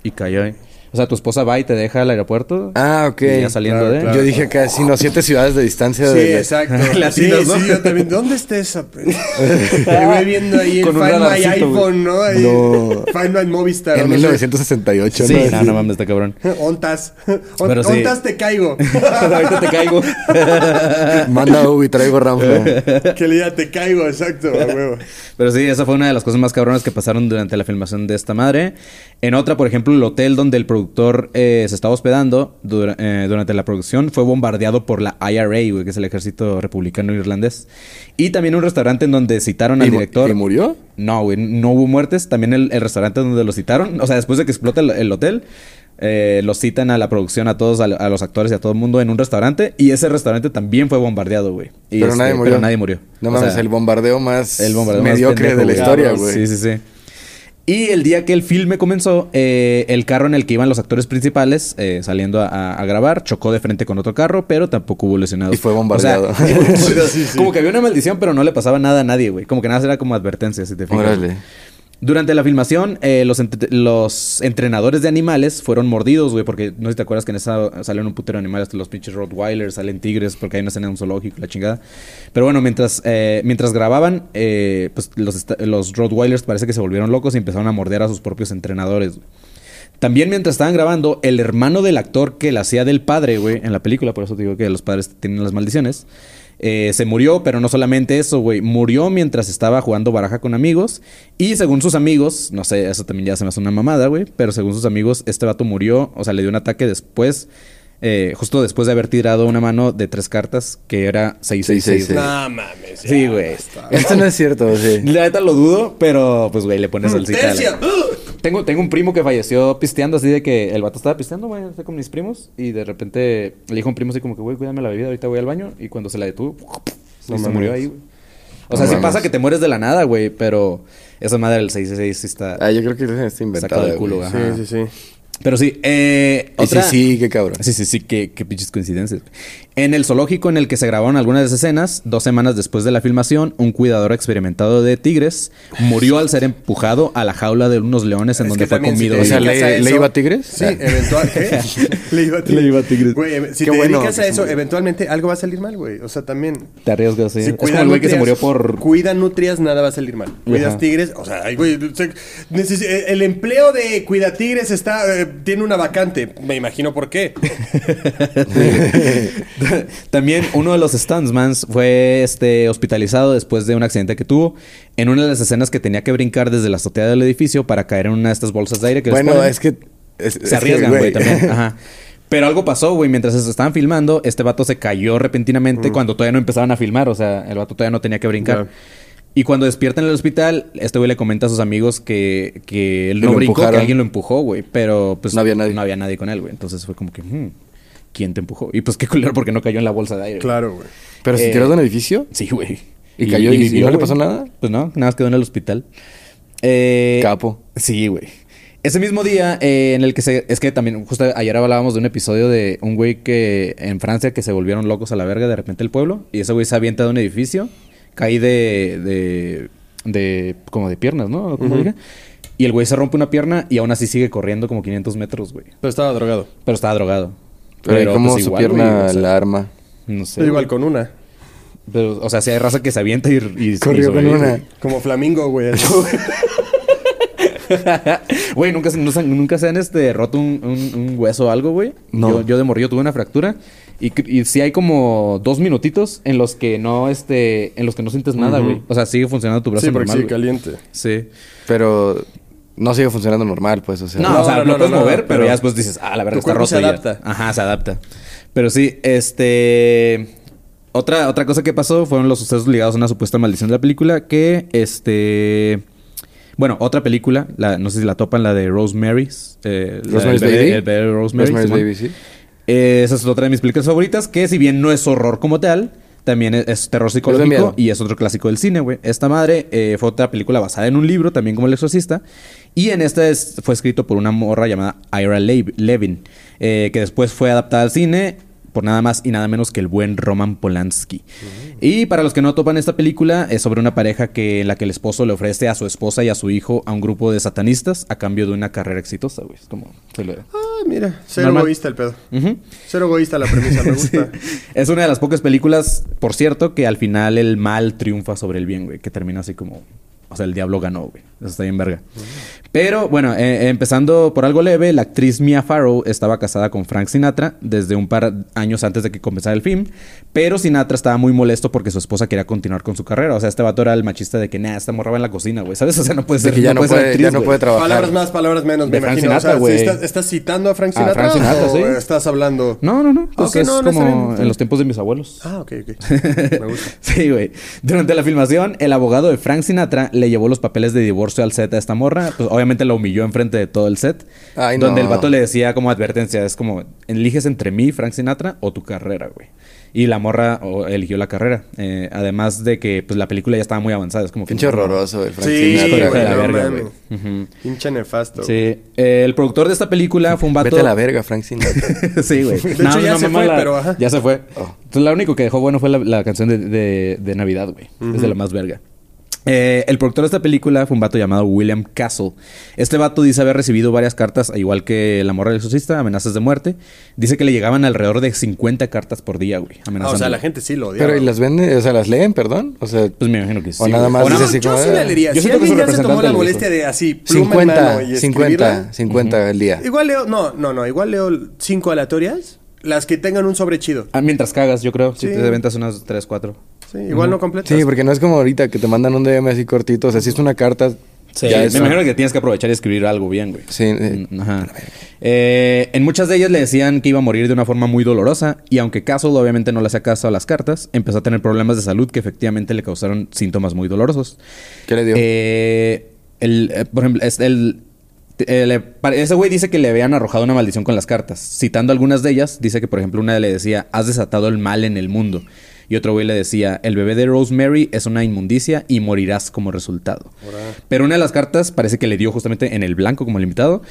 Y cayó, eh. O sea, tu esposa va y te deja al aeropuerto. Ah, ok. Y ya saliendo Claro, de. claro. Yo dije acá, sí, no, siete ciudades de distancia Sí, de. [laughs] exacto. Latinos, sí, ¿no? sí, yo también. ¿Dónde está [laughs] esa pe... Y voy viendo ahí Con el un Find My radarcito, güey. iPhone, ¿no? Ahí, No. [laughs] Find My Movistar. En no sé. 1968, Sí, ¿no? no, no mames, está cabrón. [laughs] Ontas. On- Pero sí. Ontas te caigo. [laughs] Ahorita te [laughs] caigo. Manda Ubi, [laughs] traigo Ramfla. que le diga te caigo, exacto, a huevo. Pero sí, esa fue una de las cosas más cabronas que pasaron durante la filmación de esta madre. En otra, por ejemplo, el hotel donde el productor eh, se estaba hospedando dura- eh, durante la producción fue bombardeado por la IRA, güey, que es el ejército republicano irlandés. Y también un restaurante en donde citaron al mu- director. y murió? No, güey, no hubo muertes. También el, el restaurante donde los citaron, o sea, después de que explota el, el hotel, eh, los citan a la producción, a todos, a, a los actores y a todo el mundo en un restaurante. Y ese restaurante también fue bombardeado, güey. Y Pero este, nadie murió. Pero nadie murió. No O mames, sea, el bombardeo más el bombardeo más mediocre pendejo, de la güey. historia, Cabrón, güey. Sí, sí, sí. Y el día que el filme comenzó, eh, el carro en el que iban los actores principales eh, saliendo a- a, a grabar chocó de frente con otro carro, pero tampoco hubo lesionados. Y fue [laughs] bombardeado. O sea, [laughs] Como que había una maldición, pero no le pasaba nada a nadie, güey. Como que nada era como advertencia, si te fijas. Órale. Durante la filmación, eh, los, ent- los entrenadores de animales fueron mordidos, güey, porque no sé si te acuerdas que en esa salen un putero de animales, los pinches Rottweilers, salen tigres, porque hay una escena en un zoológico, la chingada. Pero bueno, mientras, eh, mientras grababan, eh, pues los, esta- los Rottweilers parece que se volvieron locos y empezaron a morder a sus propios entrenadores, güey. También mientras estaban grabando, el hermano del actor que la hacía del padre, güey, en la película, por eso te digo que los padres tienen las maldiciones, eh, se murió, pero no solamente eso, güey, murió mientras estaba jugando baraja con amigos y según sus amigos, no sé, eso también ya se me hace una mamada, güey, pero según sus amigos, este vato murió, o sea, le dio un ataque después, eh, justo después de haber tirado una mano de tres cartas, que era 666. güey. No mames. Sí, güey. Esto no es cierto, sí. La neta lo dudo, pero pues, güey, le pones el Tercia. tengo, tengo un primo que falleció pisteando, así de que el vato estaba pisteando, güey, estaba con mis primos, y de repente le dijo a un primo así como que, güey, cuídame la bebida, ahorita voy al baño, y cuando se la detuvo, y se mames. murió ahí, güey. O sea, No sí mames. pasa que te mueres de la nada, güey, pero esa madre del 666 sí está... Ah, yo creo que está inventado. Sacado del culo, güey. ajá. Sí, sí, sí. Pero sí, eh... Y sí, otra- sí, qué cabrón. Sí, sí, sí, qué, qué pinches coincidencias. En el zoológico en el que se grabaron algunas de esas escenas, dos semanas después de la filmación, un cuidador experimentado de tigres murió al ser empujado a la jaula de unos leones en Es donde que fue también comido. te O sea, dedicas ¿le- a eso- le iba a Tigres? Sí, Ah. eventual. ¿eh? [laughs] le iba a Tigres. Le iba a Tigres. Güey, em- si Qué te bueno dedicas que a se eso, murió. eventualmente algo va a salir mal, güey. O sea, también. Te arriesgas, sí. Si es como el güey que se murió por... [laughs] Cuida nutrias, nada va a salir mal. Cuidas tigres, o sea, ay, güey. o sea, neces- eh, el empleo de cuida tigres está eh, tiene una vacante. Me imagino por qué. También uno de los Stuntsmans fue este, hospitalizado después de un accidente que tuvo en una de las escenas que tenía que brincar desde la azotea del edificio para caer en una de estas bolsas de aire que les Bueno, ponen. es que. es- es Se que, arriesgan, güey, [laughs] también. Ajá. Pero algo pasó, güey. Mientras se estaban filmando, este vato se cayó repentinamente cuando todavía no empezaban a filmar. O sea, el vato todavía no tenía que brincar. Y cuando despierta en el hospital, este güey le comenta a sus amigos que, que él Que no lo brincó, empujaron. que alguien lo empujó, güey. Pero pues No había nadie. no había nadie con él, güey. Entonces fue como que, hmm, ¿quién te empujó? Y pues qué culero porque no cayó en la bolsa de aire. güey. Claro, güey. Pero se Eh, tiró de un edificio. Sí, güey. ¿Y cayó y- y no le güey. pasó nada? Pues no, nada más quedó en el hospital. Eh, Capo. Sí, güey. Ese mismo día eh, en el que se... Es que también, justo ayer hablábamos de un episodio de un güey que... En Francia que se volvieron locos a la verga de repente el pueblo. Y ese güey se avienta de un edificio. Caí de... de, de- como de piernas, ¿no? Como dije. Y el güey se rompe una pierna y aún así sigue corriendo como 500 metros, güey. Pero estaba drogado. Pero estaba drogado. Pero, eh, ¿cómo pues, su igual, pierna güey, o sea, la arma? No sé. Pero igual güey. con una. Pero, o sea, si hay raza que se avienta y... y- y Corrió con sobrevive, una. güey. Como flamingo, güey. [laughs] así. Güey, ¿nunca, se- no se- nunca se han este, roto un, un- un hueso o algo, güey. No. Yo, yo de morrillo tuve una fractura. Y, cr- y sí hay como dos minutitos en los que no, este, en los que no sientes nada, güey. O sea, sigue funcionando tu brazo sí, porque normal. sigue güey. caliente. sí. Pero no sigue funcionando normal, pues, o sea. No, o sea, no, no, no, puedes no, no, mover, pero, pero ya después dices, ah, la verdad tu está cuerpo roto. se ya. adapta. Ajá, se adapta. Pero sí, este. Otra, otra cosa que pasó fueron los sucesos ligados a una supuesta maldición de la película que, este. Bueno, otra película, la, no sé si la topan, la de Rosemary's. eh, la Rosemary's del bebé- Baby. el bebé de Rosemary's, Rosemary's Simón. Baby, sí. Eh, esa es otra de mis películas favoritas, que si bien no es horror como tal, también es, es terror psicológico miedo. y es otro clásico del cine, güey. Esta madre eh, fue otra película basada en un libro, también como El Exorcista, y en esta es- fue escrito por una morra llamada Ira Lev- Levin, eh, que después fue adaptada al cine por nada más y nada menos que el buen Roman Polanski. Y para los que no topan esta película, es sobre una pareja que, en la que el esposo le ofrece a su esposa y a su hijo a un grupo de satanistas a cambio de una carrera exitosa, güey. Es como se lo- Ah, mira. Cero Normal. egoísta el pedo. Ujú. Cero egoísta la premisa. Me [laughs] Sí. gusta. Es una de las pocas películas, por cierto, que al final el mal triunfa sobre el bien, güey. Que termina así como... O sea, el diablo ganó, güey. Eso está bien verga. Pero, bueno, eh, empezando por algo leve, la actriz Mia Farrow estaba casada con Frank Sinatra desde un par años antes de que comenzara el film. Pero Sinatra estaba muy molesto porque su esposa quería continuar con su carrera. O sea, este vato era el machista de que, nah, esta morra va en la cocina, güey. ¿Sabes? O sea, no puede De ser, que ya no, ser puede, actriz, ya no güey. puede trabajar. Palabras más, palabras menos, me De Frank imagino. O sea, Sinatra, güey. ¿estás, estás citando a Frank A Sinatra? Frank Sinatra, o sí. estás hablando? No, no, no. Ah, Pues ok, es no, no, está como bien, está bien. en los tiempos de mis abuelos. Ah, ok, [laughs] ok. Me gusta. Sí, güey. Durante la filmación, el abogado de Frank Sinatra le llevó los papeles de divorcio al set a esta morra. Pues obviamente la humilló enfrente de todo el set. Ay, no. donde el vato le decía como advertencia, es como, eliges entre mí, Frank Sinatra, o tu carrera, güey. Y la morra o, eligió la carrera. Eh, además de que pues la película ya estaba muy avanzada. Es como que... Pinche horroroso, el Frank Sí, Sinatra. güey, de la no verga, mames. güey. Ujú. Pinche nefasto. güey. Sí. Eh, el productor de esta película fue un vato... Vete a la verga, Frank [laughs] Sinatra. sí, güey. De hecho, ya se mamá, fue, la- pero ajá. Oh. Ya se fue. Entonces, la único que dejó bueno fue la, la canción de, de- de Navidad, güey. Es de la más verga. Eh, el productor de esta película fue un vato llamado William Castle. Este vato dice haber recibido varias cartas, igual que la morra del exorcista, amenazas de muerte. Dice que le llegaban alrededor de 50 cartas por día, güey. Ah, o Amenazando. sea, la gente sí lo odia. Pero, ¿y las vende? O sea, ¿las leen, perdón? O sea, Pues me imagino que sí. o nada güey. más No, dice así yo como... sí "Ah". la leería. Yo si siento que alguien su ya se tomó representante la le dijo. molestia de así, pluma 50, en mano y 50, escribirla. 50 al día. Igual leo, no, no, no, igual leo cinco aleatorias, las que tengan un sobre chido. Ah, mientras cagas, yo creo. Sí. Si te ventas unas 3, 4. Sí, igual no completas. Sí, porque no es como ahorita que te mandan un DM así cortito. O sea, si es una carta... ya me es- imagino que tienes que aprovechar y escribir algo bien, güey. Sí, eh, Mm, ajá. Eh, en muchas de ellas le decían que iba a morir de una forma muy dolorosa y aunque Castle obviamente no le hacía caso a las cartas, empezó a tener problemas de salud que efectivamente le causaron síntomas muy dolorosos. ¿Qué le dio? Eh, el, eh, por ejemplo, es- el, el- para- ese güey dice que le habían arrojado una maldición con las cartas. Citando algunas de ellas, dice que, por ejemplo, una le decía, has desatado el mal en el mundo. Y otro güey le decía, el bebé de Rosemary es una inmundicia y morirás como resultado. Pero una de las cartas parece que le dio justamente en el blanco como el invitado.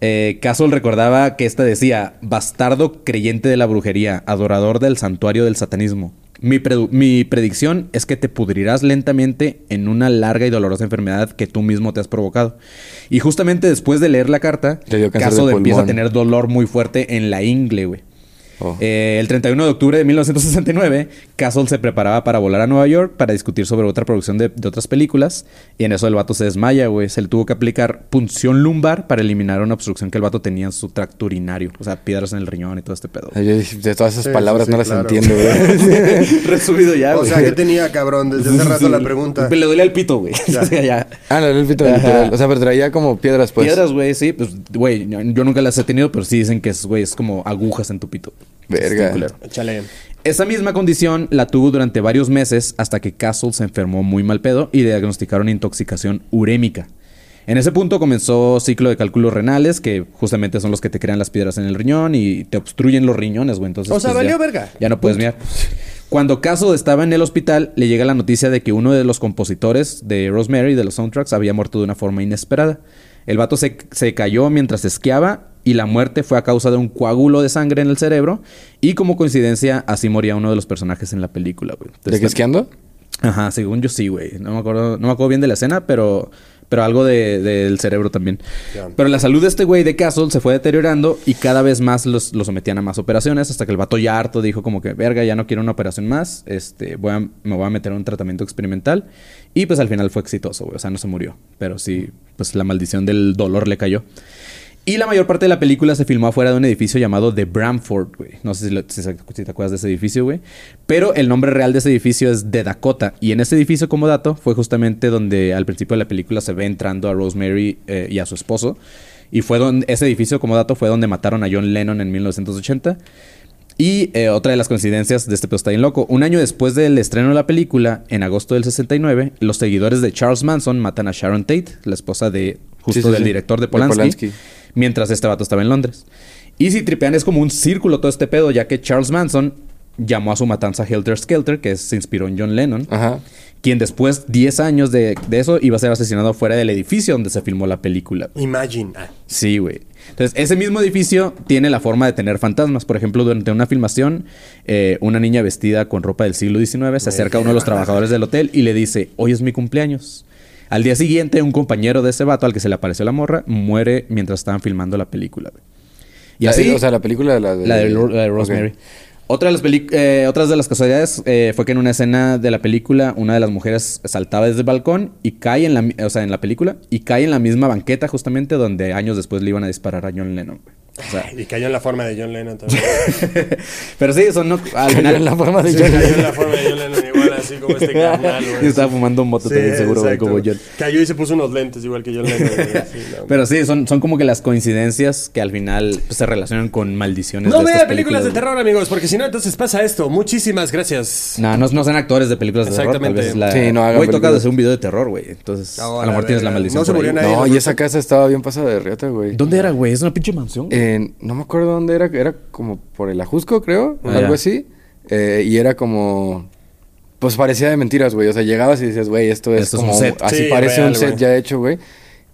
Eh, Castle recordaba que esta decía, bastardo creyente de la brujería, adorador del santuario del satanismo. Mi, predu- mi predicción es que te pudrirás lentamente en una larga y dolorosa enfermedad que tú mismo te has provocado. Y justamente después de leer la carta, Le dio cáncer Castle de empieza a pulmón. tener dolor muy fuerte en la ingle, güey. Oh. Eh, el 31 de octubre de 1969, Castle se preparaba para volar a Nueva York para discutir sobre otra producción de, de otras películas. Y en eso el vato se desmaya, güey. Se le tuvo que aplicar punción lumbar para eliminar una obstrucción que el vato tenía en su tracto urinario. O sea, piedras en el riñón y todo este [laughs] pedo. Ay, yo dije, de todas esas Sí, palabras sí, no las sí, claro. entiendo, [laughs] güey. Resumido ya, O güey. sea, ¿qué tenía, cabrón? Desde hace [laughs] rato la pregunta. Le duele el pito, güey. [laughs] Ya. O sea, ya. ah, no, el pito Ajá. literal. O sea, pero traía como piedras, pues. Piedras, güey, sí. Pues, güey, yo- yo nunca las he tenido, pero sí dicen que es, güey, es como agujas en tu pito. Verga. Está culero. Chale. Esa misma condición la tuvo durante varios meses hasta que Castle se enfermó muy mal pedo y le diagnosticaron intoxicación urémica. En ese punto comenzó ciclo de cálculos renales, que justamente son los que te crean las piedras en el riñón y te obstruyen los riñones, güey. Entonces, O sea, pues, ya- valió verga. Ya no puedes mirar. Cuando Castle estaba en el hospital, le llega la noticia de que uno de los compositores de Rosemary, de los soundtracks, había muerto de una forma inesperada. El vato se, se cayó mientras esquiaba y la muerte fue a causa de un coágulo de sangre en el cerebro. Y como coincidencia, así moría uno de los personajes en la película, güey. ¿De qué Entonces, esquiando? Ajá, según yo sí, güey. No me acuerdo, no me acuerdo bien de la escena, pero, pero algo de- del cerebro también. Pero la salud de este güey de Castle se fue deteriorando y cada vez más los, lo sometían a más operaciones hasta que el vato ya harto dijo como que, verga, ya no quiero una operación más, este, voy a, me voy a meter a un tratamiento experimental. Y pues al final fue exitoso, güey. O sea, no se murió. Pero sí, pues la maldición del dolor le cayó. Y la mayor parte de la película se filmó afuera de un edificio llamado The Bramford, güey. No sé si, lo- si se- si te acuerdas de ese edificio, güey. Pero el nombre real de ese edificio es The Dakota. Y en ese edificio, como dato, fue justamente donde al principio de la película se ve entrando a Rosemary eh, y a su esposo. Y fue donde, ese edificio, como dato, fue donde mataron a John Lennon en 1980. Y eh, otra de las coincidencias de este pedo está bien loco. Un año después del estreno de la película, en agosto del 69, los seguidores de Charles Manson matan a Sharon Tate, la esposa de justo Sí, sí, del sí. director de De Polanski, Polanski. mientras este vato estaba en Londres. Y si tripean es como un círculo todo este pedo, ya que Charles Manson llamó a su matanza Helter Skelter, que es- se inspiró en John Lennon, Ajá. quien después, 10 años de, de eso, iba a ser asesinado fuera del edificio donde se filmó la película. Imagine. Ah. Sí, güey. Entonces, ese mismo edificio tiene la forma de tener fantasmas. Por ejemplo, durante una filmación, eh, una niña vestida con ropa del siglo XIX se acerca a uno de los trabajadores del hotel y le dice, hoy es mi cumpleaños. Al día siguiente, un compañero de ese vato al que se le apareció la morra muere mientras estaban filmando la película. güey. Y La- así, O sea, la película de la de... la de, Ro- la de Rosemary. Ok. Otra de las peli- eh, otras de las casualidades eh, fue que en una escena de la película una de las mujeres saltaba desde el balcón y cae en la, mi- o sea, en la película y cae en la misma banqueta justamente donde años después le iban a disparar a John Lennon. güey. O sea, Y cayó en la forma de John Lennon también. [laughs] pero sí, son no, al Cayó final en la forma de [laughs] Sí, John cayó Lennon. en la forma de John Lennon igual, así como este [laughs] carnal, güey. Yo estaba fumando un moto Sí, también seguro güey, exacto. como John. Cayó y se puso unos lentes igual que John Lennon. [laughs] güey. Sí, no. Pero sí, son, son como que las coincidencias que al final pues, se relacionan con maldiciones. No de vea estas películas de güey. terror, amigos, porque si no, entonces pasa esto. Muchísimas gracias. No, no, no sean actores de películas de terror. Tal Exactamente. vez la... Sí, no hagan Güey, toca películas. hacer un video de terror, güey. Entonces, a Ahora, lo mejor tienes la verga. maldición. No se por ahí. murió nadie. No, Ahí, y esa casa estaba bien pasada de riata, güey. ¿Dónde era, güey? Es una pinche mansión. En- no me acuerdo dónde era, era como por el Ajusco, creo, Ah, algo ya. así. Eh, y era como. Pues parecía de mentiras, güey. O sea, llegabas y decías, güey, esto es Esto es un como. set. Así Sí, parece real, un set güey. ya hecho, güey.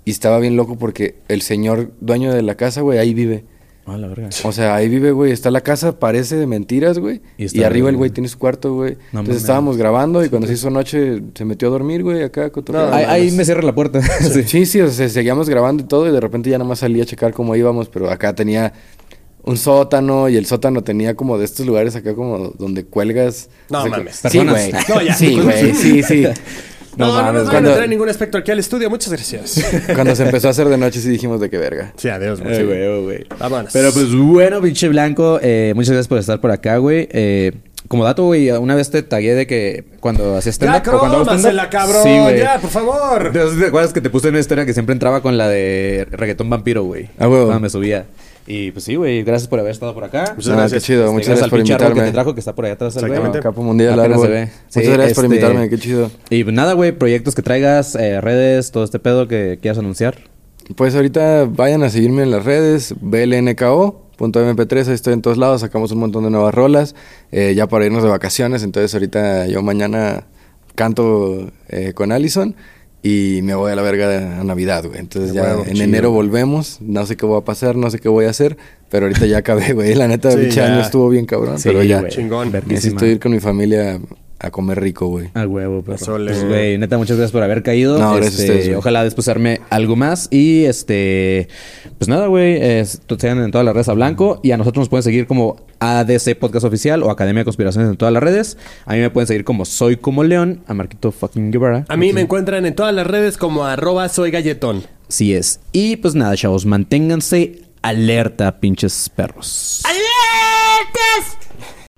Y estaba bien loco porque el señor dueño de la casa, güey, ahí vive. Ah, la verga. O sea, ahí vive, güey. Está la casa, parece de mentiras, güey. Y Y, está arriba el güey grabando. tiene su cuarto, No güey. Entonces mames. pues. estábamos grabando y cuando se hizo noche se metió a dormir, güey, acá cotorreando. ahí, ahí me cierra la puerta. [laughs] Sí. Sí, sí, o sea, seguíamos grabando y todo y de repente ya nada más salía a checar cómo íbamos, pero acá tenía un sótano y el sótano tenía como de estos lugares acá como donde cuelgas. No o sea, mames. Sí, Personas. güey. No, ya. Sí, güey, sí, sí. No, no, no, no, no, Cuando, trae ningún espectro aquí al estudio. Muchas gracias. cuando se empezó a hacer de noche sí dijimos de qué verga. Sí, adiós, Eh, güey, oh, güey. Vámonos. Pero pues bueno, pinche blanco, eh, muchas gracias por estar por acá, güey. Eh, como dato, güey, una vez te tagué de que cuando hacías Ya, stand-up... o cuando hago crómasela, stand-up- cabrón. Sí, güey. ya, por favor. Entonces, ¿Te acuerdas que te puse en una historia que siempre entraba con la de reggaetón vampiro, güey? Ah, huevo. Ah, me subía. Y pues sí, güey, gracias por haber estado por acá. Muchas Ah, gracias. qué chido, muchas Este, gracias por al pinche árbol que te invitarme. trajo que está por allá atrás del Exactamente. güey. Capo mundial Apenas árbol. se ve. Sí, Muchas gracias por este, invitarme, qué chido. Y pues nada, güey, proyectos que traigas, eh, redes, todo este pedo que quieras anunciar. Pues ahorita vayan a seguirme en las redes, blnko.mp3, ahí estoy en todos lados, sacamos un montón de nuevas rolas, eh, ya para irnos de vacaciones, entonces ahorita yo mañana canto eh, con Allison y me voy a la verga a Navidad, güey. Entonces ya en enero volvemos, no sé qué va a pasar, no sé qué voy a hacer, pero ahorita ya acabé, [laughs] güey. La neta, Sí, biche ya. año estuvo bien cabrón, pero ya. güey, Chingón. verguísima. Necesito ir con mi familia a comer rico, güey. A huevo, perro. Pozole. Pues, güey, neta, muchas gracias por haber caído. No, gracias a Este, ustedes, güey. Ojalá después arme algo más. Y este, pues nada, güey. es- Sean en todas las redes a blanco. Y a nosotros nos pueden seguir como ADC Podcast Oficial o Academia de Conspiraciones en todas las redes. A mí me pueden seguir como Soy Como León, a Marquito fucking Guevara. A mí me encuentran en todas las redes como arroba soy galletón. Sí es. Y pues nada, chavos, manténganse alerta, pinches perros.